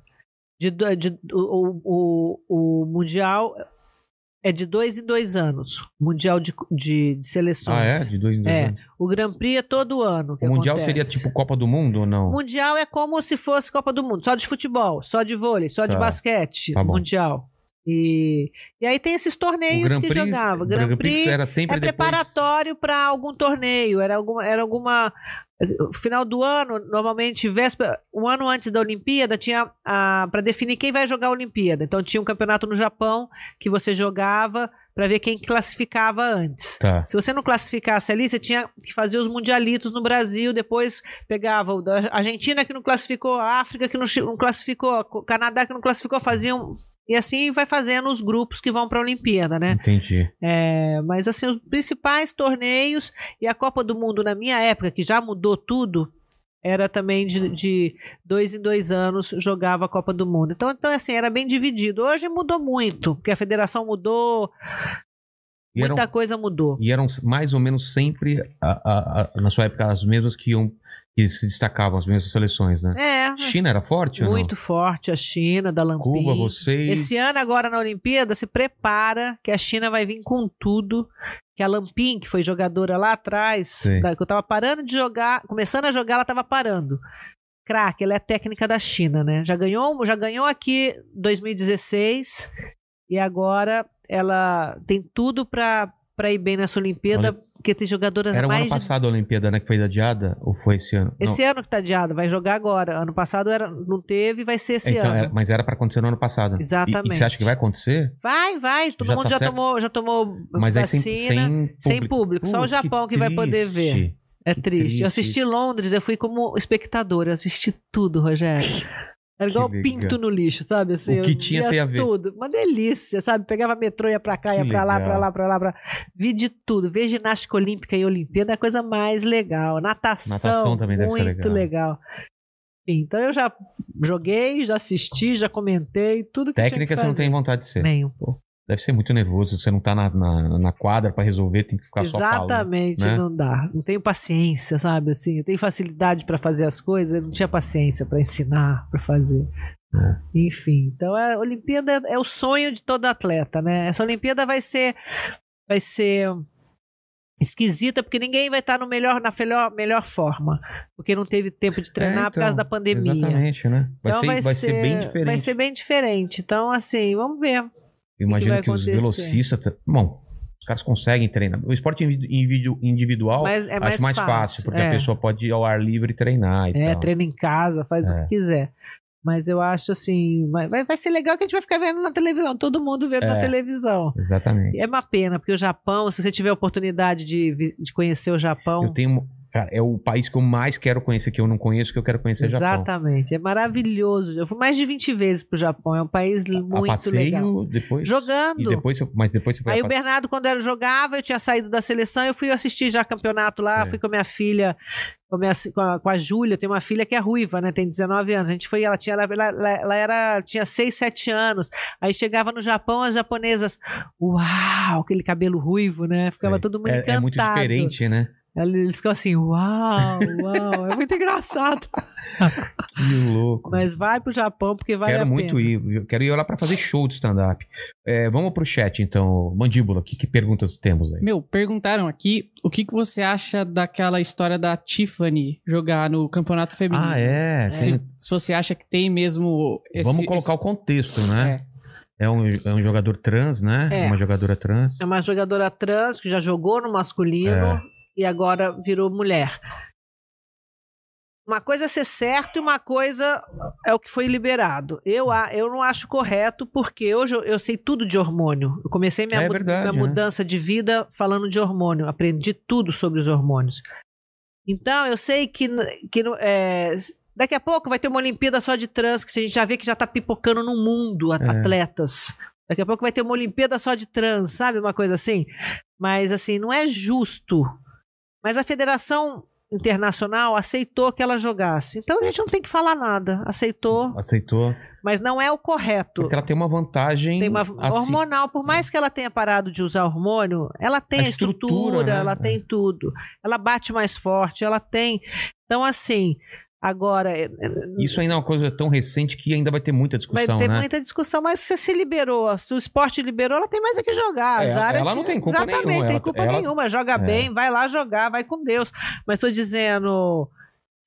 C: De, do- de- o, o, o- o Mundial é de dois em dois anos. Mundial de, de, de
A: Ah,
C: seleções.
A: é? De dois em dois
C: É.
A: anos.
C: O Grand Prix é todo ano. que
A: O Mundial
C: acontece.
A: seria tipo Copa do Mundo ou não?
C: Mundial é como se fosse Copa do Mundo, só de futebol, só de vôlei, só de
A: Tá.
C: basquete.
A: Tá bom.
C: mundial. E, e aí tem esses torneios que jogava.
A: o
C: Grand, Prix,
A: era sempre
C: é
A: depois-
C: preparatório para algum torneio, era alguma, era alguma o final do ano, normalmente véspera, um ano antes da Olimpíada tinha para definir quem vai jogar a Olimpíada. Então tinha um campeonato no Japão que você jogava para ver quem classificava antes.
A: Tá.
C: Se você não classificasse ali, você tinha que fazer os mundialitos no Brasil, depois pegava o da Argentina que não classificou, a África que não, chi- não classificou, o Canadá que não classificou, faziam e assim vai fazendo os grupos que vão para a Olimpíada, né?
A: Entendi.
C: É, mas assim, os principais torneios e a Copa do Mundo na minha época, que já mudou tudo, era também de, de dois em dois anos jogava a Copa do Mundo. Então, então assim, era bem dividido. Hoje mudou muito, porque a federação mudou,
A: E eram,
C: muita coisa mudou.
A: e eram mais ou menos sempre, a- a- a- na sua época, as mesmas que iam que se destacavam, as mesmas seleções, né?
C: É,
A: China era forte ou não?
C: muito forte a China, da Lampim.
A: Cuba, vocês.
C: Esse ano agora na Olimpíada se prepara que a China vai vir com tudo. Que a Lampin, que foi jogadora lá atrás,
A: Sim.
C: da- que eu tava parando de jogar, começando a jogar, ela tava parando. Crack, ela é técnica da China, né? Já ganhou, já ganhou aqui 2016 e agora ela tem tudo pra, pra ir bem nessa Olimpíada, porque tem jogadoras
A: Era o ano
C: mais de
A: passado a Olimpíada, né? Que foi adiada? Ou foi esse ano?
C: esse ano que tá adiado, vai jogar agora. Ano passado era, não teve, vai ser esse
A: então,
C: ano.
A: era- mas era pra acontecer no ano passado.
C: Exatamente.
A: E, e você acha que vai acontecer?
C: Vai, vai. Todo
A: Já
C: mundo
A: tá
C: já,
A: certo?
C: tomou, já tomou
A: Mas aí sem,
C: vacina.
A: sem público.
C: sem público. Só o
A: Putz,
C: Japão que vai poder ver.
A: triste.
C: É
A: Que
C: triste.
A: triste.
C: Eu assisti Londres, eu fui como espectadora, eu assisti tudo, Rogério. Era igual
A: legal.
C: pinto no lixo, sabe? Assim,
A: O que
C: eu
A: tinha,
C: via
A: você ia ver.
C: Tudo. Uma delícia, sabe? Pegava metrô, ia pra cá,
A: Que
C: ia pra lá,
A: legal.
C: pra lá, pra lá, pra Vi de tudo. Ver ginástica olímpica e Olimpíada é a coisa mais legal. Natação.
A: Natação também deve ser
C: Muito
A: legal.
C: legal. Enfim, então eu já joguei, já assisti, já comentei, tudo que tinha
A: Técnica
C: que
A: você não
C: fazer.
A: tem vontade de ser.
C: Nem um pouco.
A: Deve ser muito nervoso. Você não tá na, na, na quadra pra resolver, tem que ficar só falando.
C: Exatamente,
A: né?
C: não dá. Não tenho paciência, sabe? Assim, eu tenho facilidade pra fazer as coisas, eu não tinha paciência pra ensinar, pra fazer.
A: É.
C: Enfim, então a Olimpíada é o sonho de todo atleta, né? Essa Olimpíada vai ser vai ser esquisita porque ninguém vai estar no melhor na melhor, melhor forma, porque não teve tempo de treinar por
A: então,
C: causa da pandemia.
A: Exatamente, né? Vai,
C: Então
A: ser, vai, ser, bem diferente.
C: Vai ser bem diferente. Então, assim, vamos ver.
A: Eu imagino
C: vai
A: que, os
C: acontecer?
A: velocistas. Bom, os caras conseguem treinar. O esporte indivi- individu- individual
C: Mas é mais
A: acho mais fácil, porque
C: é.
A: a pessoa pode ir ao ar livre e treinar. E
C: É,
A: tal.
C: treina em casa, faz o
A: Então. É.
C: que quiser. Mas eu acho assim, vai, vai vai ser legal que a gente vai ficar vendo na televisão, todo mundo vendo na
A: É.
C: televisão.
A: Exatamente.
C: E É uma pena, porque o Japão, se você tiver a oportunidade de, vi- de conhecer o Japão,
A: Eu tenho, Cara, é o país que eu mais quero conhecer, que eu não conheço, que eu quero conhecer é Japão.
C: Exatamente. É maravilhoso. Eu fui mais de 20 vezes pro Japão. É um país muito
A: a passeio,
C: legal.
A: depois.
C: Jogando.
A: E depois, você- mas depois você foi
C: Aí
A: a
C: o
A: passeio.
C: Bernardo, quando eu jogava, eu tinha saído da seleção, eu fui assistir já campeonato lá,
A: Sei.
C: fui com a minha filha, com a, minha- com a, com a Júlia, tem uma filha que é ruiva, né? Tem 19 anos. A gente foi, ela tinha, ela, ela- ela era, tinha 6, 7 anos. Aí chegava no Japão, as japonesas, uau, aquele cabelo ruivo, né? Ficava
A: Sei.
C: todo mundo
A: é,
C: encantado.
A: é muito diferente, né?
C: Eles ficam assim, uau, uau, é muito <laughs> engraçado.
A: Que louco.
C: Mas vai pro Japão porque vale
A: quero
C: a
A: muito
C: pena.
A: ir. viu? Quero ir lá pra fazer show de stand-up. É, vamos pro chat, então. Mandíbula, que, que perguntas temos aí?
B: Meu, perguntaram aqui o que, que você acha daquela história da Tiffany jogar no campeonato feminino.
A: Ah, é.
B: Se,
A: tem-
B: se você acha que tem mesmo esse...
A: Vamos colocar o contexto,
B: esse-
A: né?
B: é.
A: É. um, é um jogador trans, né?
C: É.
A: Uma jogadora trans.
C: É uma jogadora trans que já jogou no masculino
A: É.
C: e agora virou mulher. Uma coisa é ser certo e uma coisa é o que foi liberado. Eu, a- eu não acho correto, porque hoje eu, eu sei tudo de hormônio. Eu comecei minha,
A: É
C: mu-
A: verdade,
C: minha
A: né?
C: mudança de vida falando de hormônio. Aprendi tudo sobre os hormônios. Então, eu sei que, n- que não- é, daqui a pouco vai ter uma Olimpíada só de trans, que a gente já vê que já tá pipocando no mundo a-
A: É.
C: atletas. Daqui a pouco vai ter uma Olimpíada só de trans, sabe? Uma coisa assim. Mas, assim, não é justo. Mas a Federação Internacional aceitou que ela jogasse. Então a gente não tem que falar nada. Aceitou,
A: Aceitou.
C: mas não é o correto.
A: Porque ela tem uma vantagem.
C: Tem uma
A: assim,
C: hormonal, por mais que ela tenha parado de usar hormônio, ela tem
A: A
C: a
A: estrutura,
C: estrutura, É.
A: né?
C: ela tem tudo. Ela bate mais forte, ela tem. Então, assim, agora. é-
A: Isso ainda é uma coisa tão recente que ainda vai ter muita
C: Vai
A: discussão,
C: ter
A: né?
C: muita discussão, mas se se liberou, se o esporte liberou, ela tem mais é que jogar.
A: É,
C: A Zara
A: ela
C: tinha-
A: não tem culpa
C: Exatamente,
A: nenhuma,
C: tem
A: ela-
C: culpa
A: ela-
C: nenhuma. Joga
A: É.
C: bem, vai lá jogar, vai com Deus. Mas tô dizendo,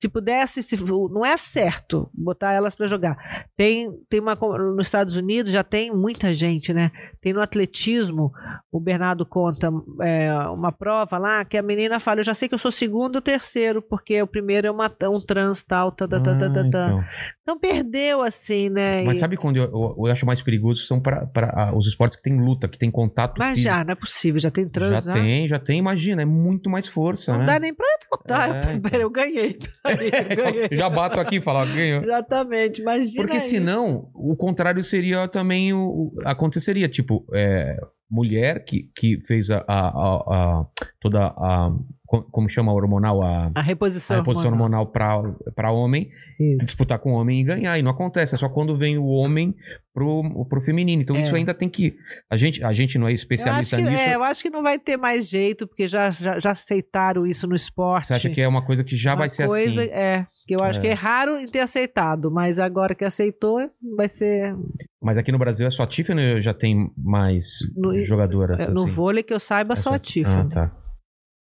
C: se pudesse, se, não é certo botar elas pra jogar. Tem, tem uma. co- Nos Estados Unidos já tem muita gente, né? Tem no atletismo, o Bernardo conta é, uma prova lá que a menina fala: Eu já sei que eu sou segundo ou terceiro, porque o primeiro é uma- um trans tal, tá, tá, tá, tá, tá,
A: Ah,
C: tá.
A: então.
C: Então perdeu, assim, né?
A: Mas
C: E-
A: sabe quando eu, eu- eu acho mais perigoso são para os esportes que tem luta, que tem contato
C: Mas
A: físico.
C: já, não é possível, já tem trans.
A: já
C: né?
A: tem, já tem, imagina, é muito mais força,
C: Não
A: né?
C: dá nem pra botar.
A: É,
C: eu,
A: então.
C: eu ganhei.
A: <laughs>
C: Eu ganhei.
A: Eu já bato aqui e falo, ó, ganhou.
C: Exatamente, imagina.
A: Porque
C: isso.
A: senão, o contrário seria também o. o- Aconteceria, tipo, é, mulher que, que fez a, a- a- a- toda a. co- Como chama a hormonal? A,
C: A
A: a
C: reposição.
A: reposição hormonal, pra para homem,
C: Isso.
A: disputar com o homem e ganhar. E não acontece, é só quando vem o homem pro, pro feminino. Então
C: É.
A: isso ainda tem que. A gente, a gente não é
C: Eu acho,
A: especialista
C: que,
A: nisso.
C: é, eu acho que não vai ter mais jeito, porque já, já, já aceitaram isso no esporte.
A: Você acha que é uma coisa que já
C: Uma
A: vai ser
C: coisa,
A: assim?
C: É, que eu acho
A: É.
C: que é raro em ter aceitado, mas agora que aceitou, vai ser.
A: Mas aqui no Brasil é só Tiffany ou já tem mais
C: No- é,
A: jogadoras?
C: No
A: assim?
C: vôlei que eu saiba, é só a
A: Essa-
C: Tiffany.
A: Ah, tá.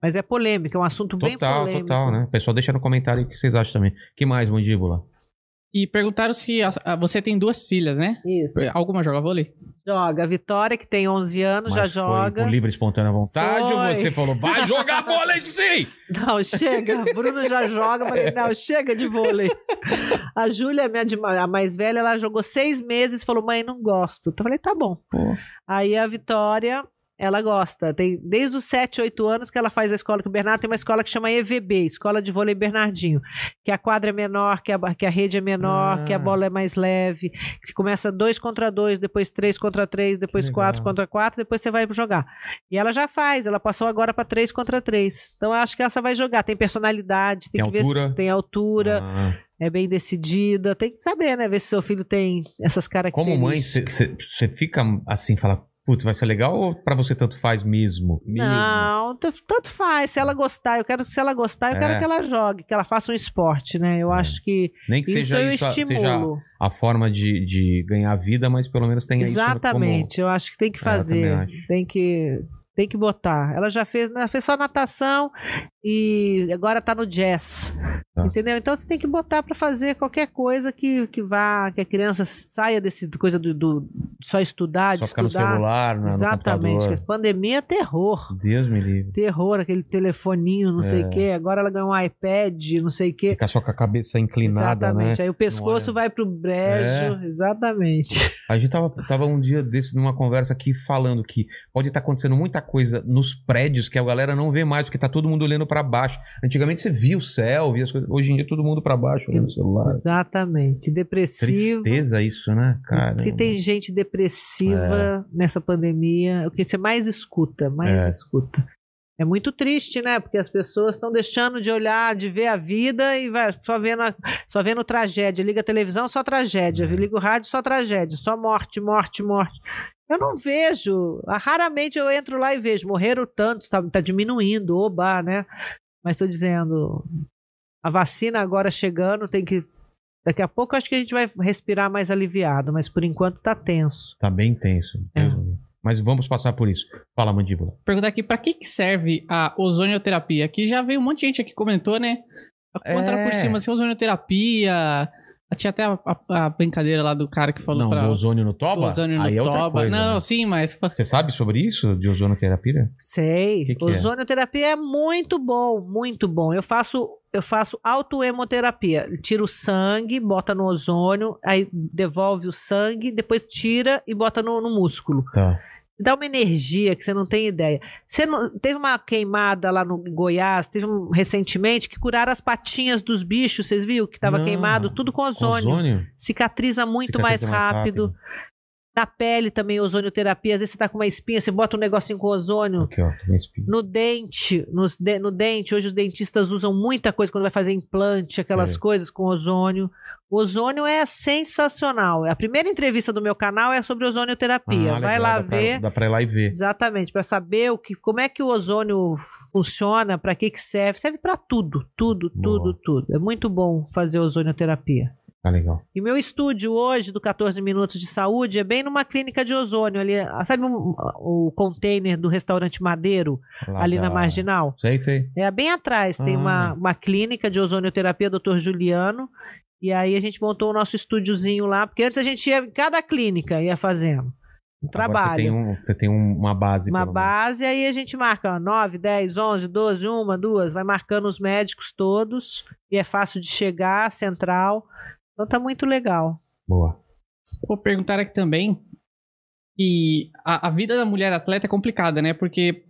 C: Mas é polêmico, é um assunto bem
A: Total,
C: polêmico.
A: total, né? Pessoal, deixa no comentário aí o que vocês acham também. que mais, Mandíbula?
B: E perguntaram se a- a- você tem duas filhas, né?
C: Isso.
A: É.
B: Alguma joga vôlei?
C: Joga. A Vitória, que tem 11 anos, já
A: Mas foi
C: joga.
A: Por livre e espontânea vontade ou
C: Foi.
A: você falou,
C: <laughs>
A: vai jogar bola aí sim?
C: Não, chega. Bruno já joga. Eu Falei, não, chega de vôlei. A Júlia, minha de- a mais velha, ela jogou seis meses e falou, mãe, não gosto. Então, eu falei, tá bom.
A: Pô.
C: Aí a Vitória, ela gosta. Tem desde os 7, 8 anos que ela faz a escola que o Bernardo tem uma escola que chama EVB, Escola de Vôlei Bernardinho, que a quadra é menor, que a, ba- que a rede é menor,
A: Ah.
C: que a bola é mais leve, que se começa dois contra dois, depois três contra três, depois
A: legal.
C: quatro contra quatro, depois você vai jogar. E ela já faz, ela passou agora para três contra três. Então eu acho que essa vai jogar, tem personalidade, tem,
A: Tem
C: que ver
A: altura?
C: se tem altura,
A: Ah,
C: é bem decidida, tem que saber, né, ver se seu filho tem essas características.
A: como mãe, você fica assim, fala, putz, vai ser legal ou pra você tanto faz mesmo? Mesmo?
C: Não, t- tanto faz. Se ela gostar, eu quero se ela gostar, eu
A: É.
C: quero que ela jogue, que ela faça um esporte, né? Eu
A: É.
C: acho que,
A: Nem que
C: isso
A: seja
C: eu
A: isso, a- seja
C: estimulo.
A: a forma de, de ganhar vida, mas pelo menos tenha isso
C: Exatamente, eu acho que tem que
A: É, eu também
C: fazer,
A: acho.
C: tem que tem que botar. Ela já fez, ela fez só natação e agora tá no jazz.
A: Tá.
C: Entendeu? Então você tem que botar pra fazer qualquer coisa que, que vá, que a criança saia desse coisa do, do- só estudar,
A: como
C: de
A: só ficar no
C: Ah, estudar.
A: celular, na, no
C: Exatamente, que a
A: computador.
C: pandemia é terror.
A: Deus me livre.
C: terror, aquele telefoninho, não sei
A: É.
C: o quê. Agora ela ganhou um iPad, não sei o quê.
A: Ficar só com a cabeça inclinada, né?
C: exatamente. Aí o
A: olha.
C: pescoço
A: É.
C: vai pro brejo. Exatamente.
A: <laughs> A gente tava, tava um dia desse numa conversa aqui falando que pode estar acontecendo muita coisa nos prédios que a galera não vê mais, porque tá todo mundo olhando pra para baixo. Antigamente você via o céu, via as coisas. Hoje em dia todo mundo para baixo olhando o celular.
C: Exatamente. Depressivo.
A: Tristeza isso, né, cara?
C: Porque tem gente depressiva nessa pandemia. O que você mais escuta, mais
A: É.
C: escuta. É muito triste, né? Porque as pessoas estão deixando de olhar, de ver a vida e vai só vendo, a- só vendo tragédia. Liga a televisão, só tragédia.
A: É.
C: Liga o rádio, só tragédia. Só morte, morte, morte. Eu não vejo. Ah, Raramente eu entro lá e vejo. Morreram tantos, tá, tá diminuindo, oba, né? Mas estou dizendo, a vacina agora chegando, tem que. Daqui a pouco eu acho que a gente vai respirar mais aliviado, mas por enquanto tá tenso.
A: Tá bem tenso.
C: É.
A: Deus me livre. Mas vamos passar por isso. Fala, mandíbula.
B: Perguntar aqui pra que, que serve a ozonioterapia? Aqui já veio um monte de gente aqui que comentou, né? Contaram
A: É.
B: por cima, assim, ozonioterapia. Tinha até a, a- a brincadeira lá do cara que falou
A: não,
B: pra.
A: do ozônio no toba?
B: do ozônio no
A: Aí é outra
B: toba.
A: coisa,
B: não,
A: né?
B: não, sim, mas.
A: Você sabe sobre isso, de ozonoterapia?
C: Sei.
A: Que que é?
C: Ozonioterapia é? muito bom, muito bom. Eu faço, eu faço autoemoterapia. Tira o sangue, bota no ozônio, aí devolve o sangue, depois tira e bota no, no músculo.
A: Tá.
C: Dá uma energia que você não tem ideia. Você não- teve uma queimada lá no em Goiás, teve um recentemente que curaram as patinhas dos bichos, vocês viram que estava
A: Não.
C: queimado, tudo com
A: Com
C: ozônio. Cicatriza
A: Cicatriza
C: muito mais, rápido. Na pele também, ozonioterapia. Às vezes você tá com uma espinha, você bota um negocinho com ozônio.
A: Aqui, ó. tem um espinho.
C: No dente, nos de- no dente, hoje os dentistas usam muita coisa quando vai fazer implante, aquelas
A: Sei.
C: coisas com ozônio. O ozônio é sensacional. A primeira entrevista do meu canal é sobre ozonioterapia.
A: Ah,
C: vai
A: legal,
C: lá
A: dá pra-
C: ver.
A: dá pra ir lá e ver.
C: Exatamente, para saber o que, como é que o ozônio funciona, para que que serve. Serve para tudo, tudo,
A: Boa.
C: tudo, tudo. É muito bom fazer ozonioterapia.
A: Tá legal.
C: E meu estúdio hoje, do 14 Minutos de Saúde, é bem numa clínica de ozônio. Ali, sabe um- o container do restaurante Madeiro,
A: Lá
C: ali na
A: da-
C: Marginal?
A: Sei, sei.
C: É bem atrás, tem
A: Ah.
C: uma, uma clínica de ozonioterapia, Dr. Juliano. E aí a gente montou o nosso estúdiozinho lá, porque antes a gente ia em cada clínica, ia fazendo. Um
A: Agora você tem,
C: trabalho.
A: um- você tem um- uma base.
C: Uma
A: pelo
C: base, aí a gente marca ó, 9, 10, 11, 12, 1, 2, vai marcando os médicos todos, e é fácil de chegar, central. Então tá muito legal.
A: menos. Boa.
B: Vou perguntar aqui também que a, a vida da mulher atleta é complicada, né? Porque,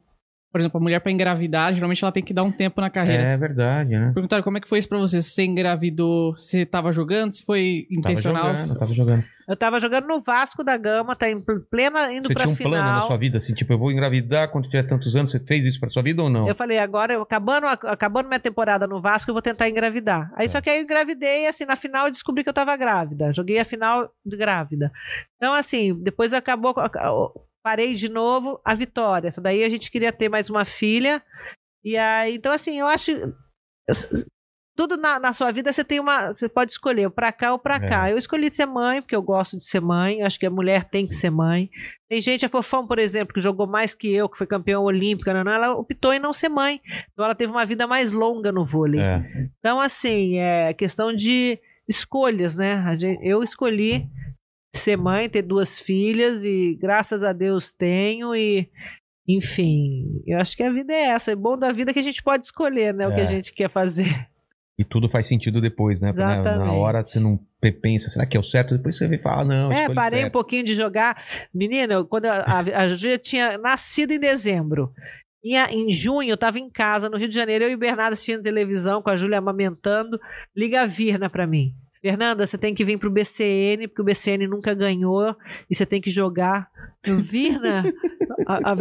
B: por exemplo, a mulher pra engravidar, geralmente ela tem que dar um tempo na carreira.
A: É verdade, né?
B: Perguntaram como é que foi isso pra você? Se você engravidou, se tava jogando, se foi
A: Tava
B: intencional.
A: jogando, tava jogando.
C: Eu tava jogando no Vasco da Gama, tá em plena indo
A: Você
C: pra
A: tinha um
C: final.
A: plano na sua vida, assim, tipo, eu vou engravidar quando tiver tantos anos, você fez isso pra sua vida ou não?
C: Eu falei, agora, eu acabando, acabando minha temporada no Vasco, eu vou tentar engravidar. Aí
A: Tá.
C: só que aí eu engravidei, assim, na final eu descobri que eu tava grávida. Joguei a final de grávida. Então, assim, depois acabou. Parei de novo a vitória. Essa daí a gente queria ter mais uma filha. E aí, então, assim, eu acho. Tudo na, na sua vida você tem uma. Você pode escolher pra cá ou pra
A: É.
C: cá. Eu escolhi ser mãe, porque eu gosto de ser mãe. Eu acho que a mulher tem que ser mãe. Tem gente, a Fofão, por exemplo, que jogou mais que eu, que foi campeã olímpica, não, não, né, ela optou em não ser mãe. Então ela teve uma vida mais longa no vôlei.
A: É.
C: Então, assim, é questão de escolhas, né? A gen- Eu escolhi ser mãe, ter duas filhas e graças a Deus tenho e enfim, eu acho que a vida é essa. É bom da vida que a gente pode escolher, né? O que
A: É.
C: a gente quer fazer.
A: E tudo faz sentido depois, né? Na- Na
C: Exatamente.
A: hora você não pe- pensa, será que é o certo? Depois você vê e fala, ah, não,
C: é,
A: escolhi
C: parei um
A: certo.
C: pouquinho de jogar. Menina, eu- quando a, a, a Júlia tinha nascido em dezembro. Em, a- em junho, eu estava em casa, no Rio de Janeiro, eu e o Bernardo assistindo televisão, com a Júlia amamentando. Liga a Virna para mim. Fernanda, você tem que vir pro BCN, porque o BCN nunca ganhou e você tem que jogar. Eu, Virna, a,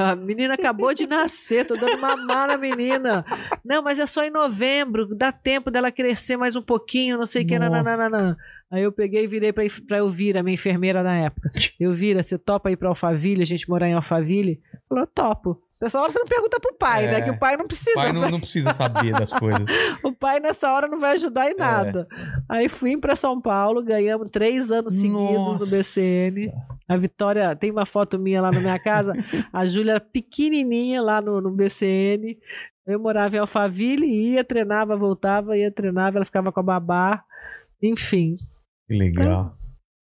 C: a- a menina acabou de nascer, tô dando mamar na menina. Não, mas é só em novembro, dá tempo dela crescer mais um pouquinho, não sei o que,
B: Nossa.
C: nananana. Aí eu peguei e virei pra, pra Elvira, minha enfermeira na época. Elvira, você topa ir pra Alphaville, a gente morar em Alphaville? Falou, eu topo. Nessa hora você não pergunta pro pai,
A: É.
C: né? Que o pai não precisa.
A: O pai não, não precisa saber das coisas.
C: O pai nessa hora não vai ajudar em
A: É.
C: nada. Aí fui pra São Paulo, ganhamos três anos seguidos no
A: Nossa.
C: BCN. A Vitória, tem uma foto minha lá na minha
A: <laughs>
C: casa, a Júlia era pequenininha lá no, no BCN. Eu morava em Alphaville, ia, treinava, voltava, ia, treinava, ela ficava com a babá. Enfim,
A: Que legal.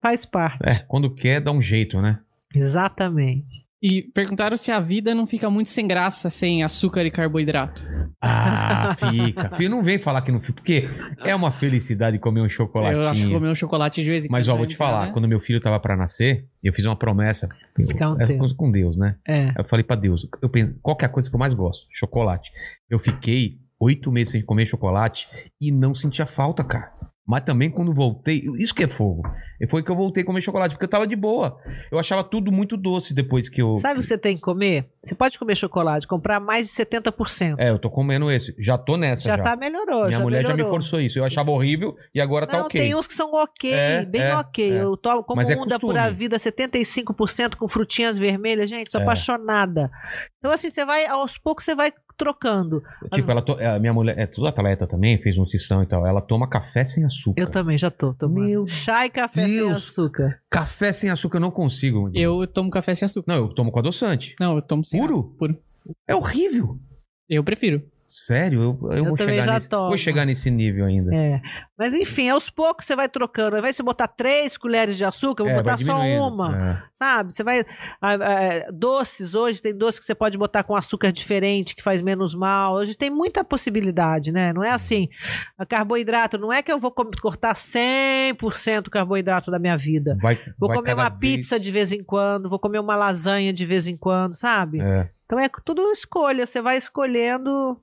C: faz parte.
A: É, quando quer, dá um jeito, né?
C: Exatamente.
B: E perguntaram se a vida não fica muito sem graça sem açúcar e carboidrato.
A: Ah, fica. Filho, não vem falar que não fica, porque é uma felicidade comer um chocolatinho.
B: Eu acho que comer um chocolate de vez em
A: Mas ó,
B: quando
A: vou
B: vai
A: te
B: entrar,
A: falar,
B: né?
A: quando meu filho tava pra nascer, eu fiz uma promessa
C: Ficar um
A: é,
C: tempo.
A: com- com Deus, né?
C: É.
A: Aí Eu falei pra Deus, eu penso, qual que é a coisa que eu mais gosto? Chocolate. Eu fiquei oito meses sem comer chocolate e não sentia falta, cara. Mas também quando voltei, isso que é fogo. Foi que eu voltei a comer chocolate, porque eu tava de boa. Eu achava tudo muito doce depois que eu.
C: Sabe o que você tem que comer? Você pode comer chocolate, comprar mais de 70%.
A: É, eu tô comendo esse. Já tô nessa já.
C: já, tá melhorou,
A: Minha
C: já
A: mulher já me
C: melhorou.
A: forçou isso. Eu achava horrível e agora tá
C: Não,
A: ok.
C: tem uns que são ok,
A: É,
C: bem
A: é,
C: ok.
A: é.
C: Eu tomo como
A: Mas é
C: um da
A: costume.
C: pura vida 75% com frutinhas vermelhas, gente, sou
A: É.
C: apaixonada. Então, assim, você vai, aos poucos, você vai trocando.
A: Tipo, ela to... a minha mulher é tudo atleta também, fez nutrição e tal. Ela toma café sem açúcar.
C: Eu também já tô tomando.
A: Meu
C: Chá e café sem
A: Deus.
C: açúcar.
A: Café sem açúcar eu não consigo.
B: Eu tomo café sem açúcar.
A: Não, eu tomo com adoçante.
B: Não, eu tomo sem
A: Puro?
B: puro.
A: É horrível.
B: Eu prefiro.
A: Sério, eu, eu,
C: Eu
A: vou,
C: também
A: chegar
C: já
A: nesse,
C: tomo.
A: vou chegar nesse nível ainda.
C: É. Mas enfim, aos poucos você vai trocando. Ao invés de você botar três colheres de açúcar, eu vou
A: É,
C: botar
A: vai
C: só
A: diminuindo.
C: uma.
A: É.
C: Sabe? Você vai. ah, ah, doces, hoje tem doce que você pode botar com açúcar diferente, que faz menos mal. Hoje tem muita possibilidade, né? Não é assim. a Carboidrato, não é que eu vou com- cortar 100% o carboidrato da minha vida.
A: Vai,
C: Vou
A: vai
C: comer
A: cada
C: uma
A: vez-
C: pizza de vez em quando, vou comer uma lasanha de vez em quando, sabe?
A: É.
C: Então é tudo escolha. Você vai escolhendo,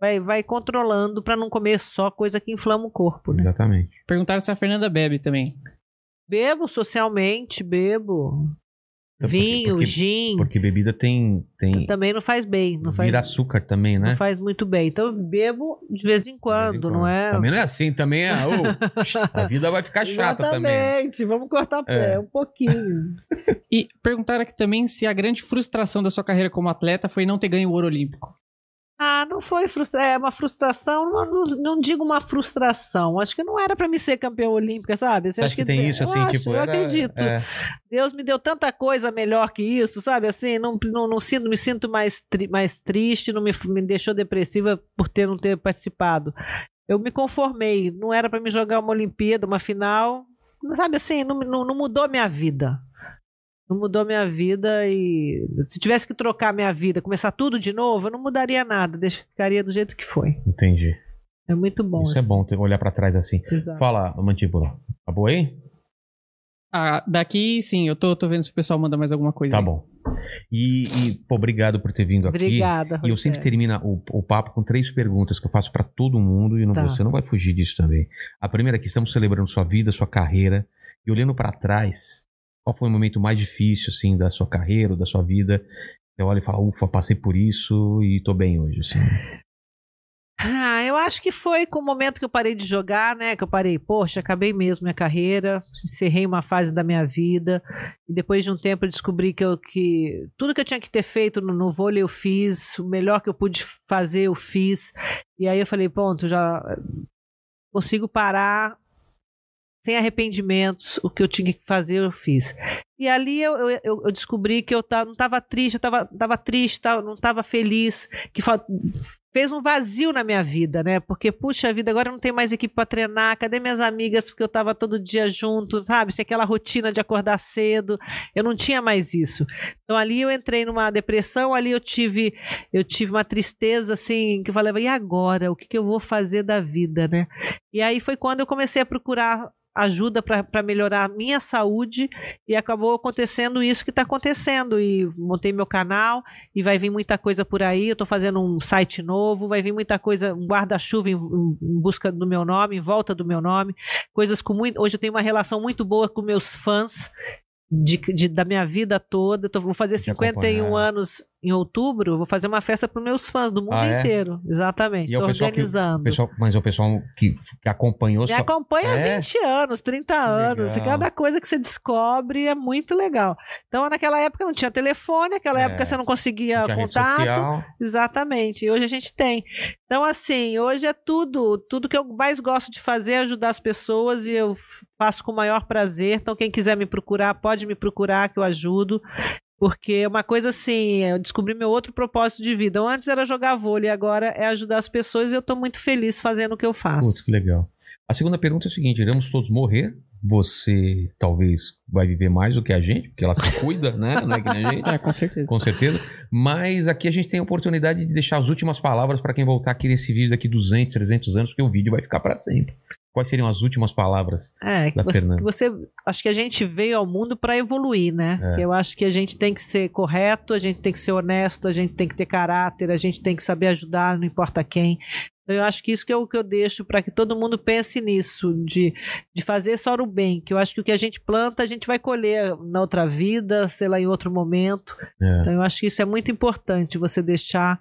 C: vai, vai controlando pra não comer só coisa que inflama o corpo,
A: É.
C: né?
A: Exatamente.
B: Perguntaram se a Fernanda bebe também.
C: Bebo socialmente, bebo.
A: Então, porque-
C: Vinho,
A: porque-
C: gin.
A: Porque bebida tem. tem
C: Então, Também não faz bem, não faz,
A: vira açúcar também, né?
C: não faz muito bem. Então eu bebo de vez em quando,
A: De vez em
C: não é?
A: Também não é assim, também é.
C: <laughs>
A: ô, a vida vai ficar chata também. né?
C: Exatamente, vamos cortar pé
A: É.
C: um pouquinho.
B: E perguntaram aqui também se a grande frustração da sua carreira como atleta foi não ter ganho o ouro olímpico.
C: ah, não foi frustra é uma frustração, não, não- não digo uma frustração. Acho que não era pra mim ser campeão olímpica, sabe? Assim,
A: Você acha
C: acho
A: que, tem isso,
C: eu
A: assim,
C: acho,
A: tipo.
C: eu
A: era-
C: acredito.
A: é.
C: Deus me deu tanta coisa melhor que isso, sabe? Assim, não, não, não sinto, me sinto mais, tri- mais triste, não me, me deixou depressiva por ter não ter participado. Eu me conformei, não era pra me jogar uma Olimpíada, uma final, sabe? Assim, não, não, não mudou minha vida. Não mudou minha vida e se tivesse que trocar minha vida, começar tudo de novo, eu não mudaria nada, deixa- ficaria do jeito que foi.
A: Entendi.
C: É muito bom.
A: isso é
C: assim.
A: bom, ter- olhar pra trás assim.
C: Exato.
A: Fala, mantíbula. Acabou aí?
B: Ah, daqui, sim, eu tô, tô vendo se o pessoal manda mais alguma coisa.
A: Tá bom. E, e, pô, obrigado por ter vindo aqui.
C: Obrigada.
A: E eu
C: Rogério.
A: sempre termino o, o papo com três perguntas que eu faço pra todo mundo e não-
C: Tá.
A: você não vai fugir disso também. A primeira é que estamos celebrando sua vida, sua carreira e olhando pra trás, qual foi o momento mais difícil assim da sua carreira, ou da sua vida? Você olha e fala, ufa, passei por isso e tô bem hoje. Assim.
C: Ah, eu acho que foi com o momento que eu parei de jogar, né? Que eu parei, poxa, acabei mesmo minha carreira, encerrei uma fase da minha vida. E depois de um tempo eu descobri que, eu, que tudo que eu tinha que ter feito no, no vôlei eu fiz, o melhor que eu pude fazer eu fiz. E aí eu falei, pronto, já consigo parar sem arrependimentos, o que eu tinha que fazer eu fiz. E ali eu, eu- eu- eu descobri que eu ta- não estava triste, eu estava tava triste, tava- não estava feliz, que fa- fez um vazio na minha vida, né? Porque, puxa vida, agora eu não tenho mais equipe para treinar, cadê minhas amigas? Porque eu estava todo dia junto, sabe? Tinha aquela rotina de acordar cedo, eu não tinha mais isso. Então ali eu entrei numa depressão, ali eu tive, eu tive uma tristeza, assim, que eu falava, e agora? O que, que eu vou fazer da vida, né? E aí foi quando eu comecei a procurar ajuda para melhorar a minha saúde e acabou acontecendo isso que está acontecendo e montei meu canal e vai vir muita coisa por aí eu estou fazendo um site novo vai vir muita coisa um guarda-chuva em, em- em busca do meu nome em volta do meu nome coisas com muito hoje eu tenho uma relação muito boa com meus fãs de, de- da minha vida toda eu tô- vou fazer
A: Te
C: 51
A: acompanhar.
C: anos em outubro eu vou fazer uma festa para meus fãs do mundo
A: Ah, é?
C: inteiro exatamente
A: E é o
C: estou
A: pessoal que- O
C: organizando
A: pessoal, mas é o pessoal que, que acompanhou
C: me
A: sua-
C: acompanha há
A: É?
C: 20 anos, 30 anos. E
A: legal.
C: cada coisa que você descobre é muito legal. Então, naquela época não tinha telefone, naquela
A: É.
C: época você não conseguia
A: tinha rede
C: contato.
A: social.
C: Exatamente. E hoje a gente tem. Então, assim, hoje é tudo. Tudo que eu mais gosto de fazer é ajudar as pessoas e eu f- faço com o maior prazer. Então, quem quiser me procurar, pode me procurar que eu ajudo. Porque é uma coisa assim, eu descobri meu outro propósito de vida. Antes era jogar vôlei, agora é ajudar as pessoas e eu estou muito feliz fazendo o que eu faço.
A: Putz, que legal. A segunda pergunta é o seguinte: iremos todos morrer, você talvez vai viver mais do que a gente, porque ela se cuida, né? Não é que nem a gente.
B: <laughs> É, com certeza.
A: Com certeza. Mas aqui a gente tem a oportunidade de deixar as últimas palavras para quem voltar aqui nesse vídeo daqui 200, 300 anos, porque o vídeo vai ficar para sempre. Quais seriam as últimas palavras?
C: É, que
A: Da
C: você,
A: Fernanda.
C: que você- acho que a gente veio ao mundo para evoluir, né?
A: É.
C: Eu acho que a gente tem que ser correto, a gente tem que ser honesto, a gente tem que ter caráter, a gente tem que saber ajudar, não importa quem. Então, eu acho que isso que é o que eu deixo para que todo mundo pense nisso, de, de fazer só o bem, que eu acho que o que a gente planta, a gente vai colher na outra vida, sei lá, em outro momento.
A: É.
C: Então, eu acho que isso é muito importante, você deixar.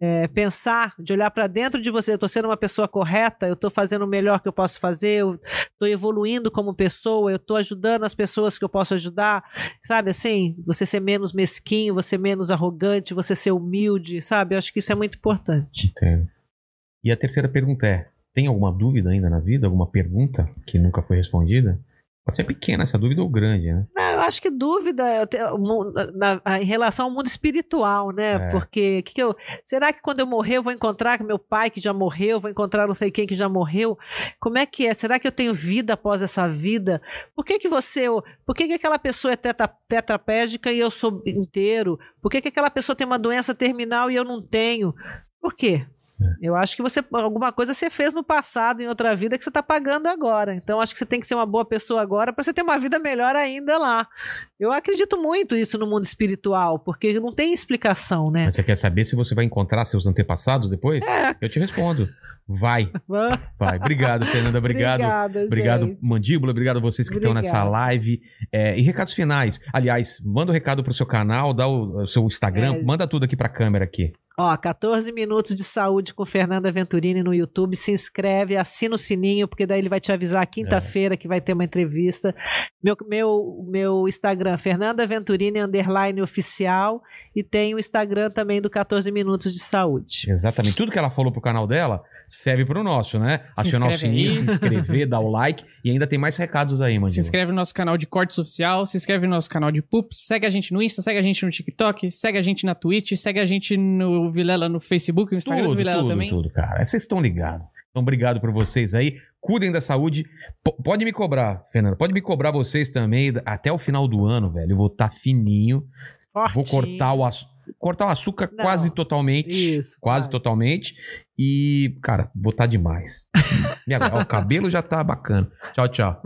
C: é, pensar, de olhar para dentro de você, eu estou sendo uma pessoa correta, eu estou fazendo o melhor que eu posso fazer, eu estou evoluindo como pessoa, eu estou ajudando as pessoas que eu posso ajudar, sabe assim? Você ser menos mesquinho, você ser menos arrogante, você ser humilde, sabe? Eu acho que isso é muito importante.
A: Entendo. E a terceira pergunta é: tem alguma dúvida ainda na vida? Alguma pergunta que nunca foi respondida? Pode ser pequena essa dúvida ou grande, né?
C: Não, eu acho que dúvida eu tenho, mu- na- na- em relação ao mundo espiritual, né?
A: É.
C: Porque que que eu, será que quando eu morrer eu vou encontrar meu pai que já morreu, vou encontrar não sei quem que já morreu? Como é que é? Será que eu tenho vida após essa vida? Por que, que você. Por que, que aquela pessoa é teta, tetrapédica e eu sou inteiro? Por que, que aquela pessoa tem uma doença terminal e eu não tenho? Por quê?
A: É.
C: Eu acho que você alguma coisa você fez no passado, em outra vida, que você está pagando agora. Então, acho que você tem que ser uma boa pessoa agora para você ter uma vida melhor ainda lá. Eu acredito muito isso no mundo espiritual, porque não tem explicação, né?
A: Mas você quer saber se você vai encontrar seus antepassados depois?
C: É.
A: Eu te respondo. Vai, vai. <laughs> Obrigado, Fernanda. Obrigado.
C: Obrigada,
A: Obrigado,
C: gente.
A: Mandíbula. Obrigado a vocês que
C: Obrigada.
A: estão nessa live. É, e recados finais. Aliás, manda o recado pro seu canal, dá o, o seu Instagram,
C: É.
A: manda tudo aqui pra câmera aqui.
C: Ó, 14 minutos de saúde com Fernanda Venturini no YouTube. Se inscreve, assina o sininho, porque daí ele vai te avisar quinta-feira que vai ter uma entrevista. Meu, meu, meu Instagram, Fernanda Venturini, underline oficial. E tem o Instagram também do 14 minutos de saúde.
A: Exatamente. Tudo que ela falou pro canal dela serve pro nosso, né?
B: Se
A: Acionar o
B: inscreve
A: sininho,
B: aí.
A: se inscrever, dar o like e ainda tem mais recados
C: <laughs>
A: aí, Mandíbula.
B: Se inscreve no nosso canal de cortes oficial, se inscreve no nosso canal de pup, segue a gente no Insta, segue a gente no TikTok, segue a gente na Twitch, segue a gente no Vilela no Facebook, no Instagram
A: tudo,
B: do Vilela
A: tudo,
B: também.
A: tudo, cara. É, Vocês estão ligados. Então, obrigado por vocês aí. Cuidem da saúde. P- pode me cobrar, Fernanda. Pode me cobrar vocês também. Até o final do ano, velho. Eu vou estar fininho. Vou cortar o, açu- cortar o açúcar
C: Não.
A: quase totalmente.
C: Isso,
A: Quase
C: vai.
A: totalmente. E,
C: <laughs>
A: tá cara, botar demais. E agora, ó, o cabelo já tá bacana. Tchau, tchau.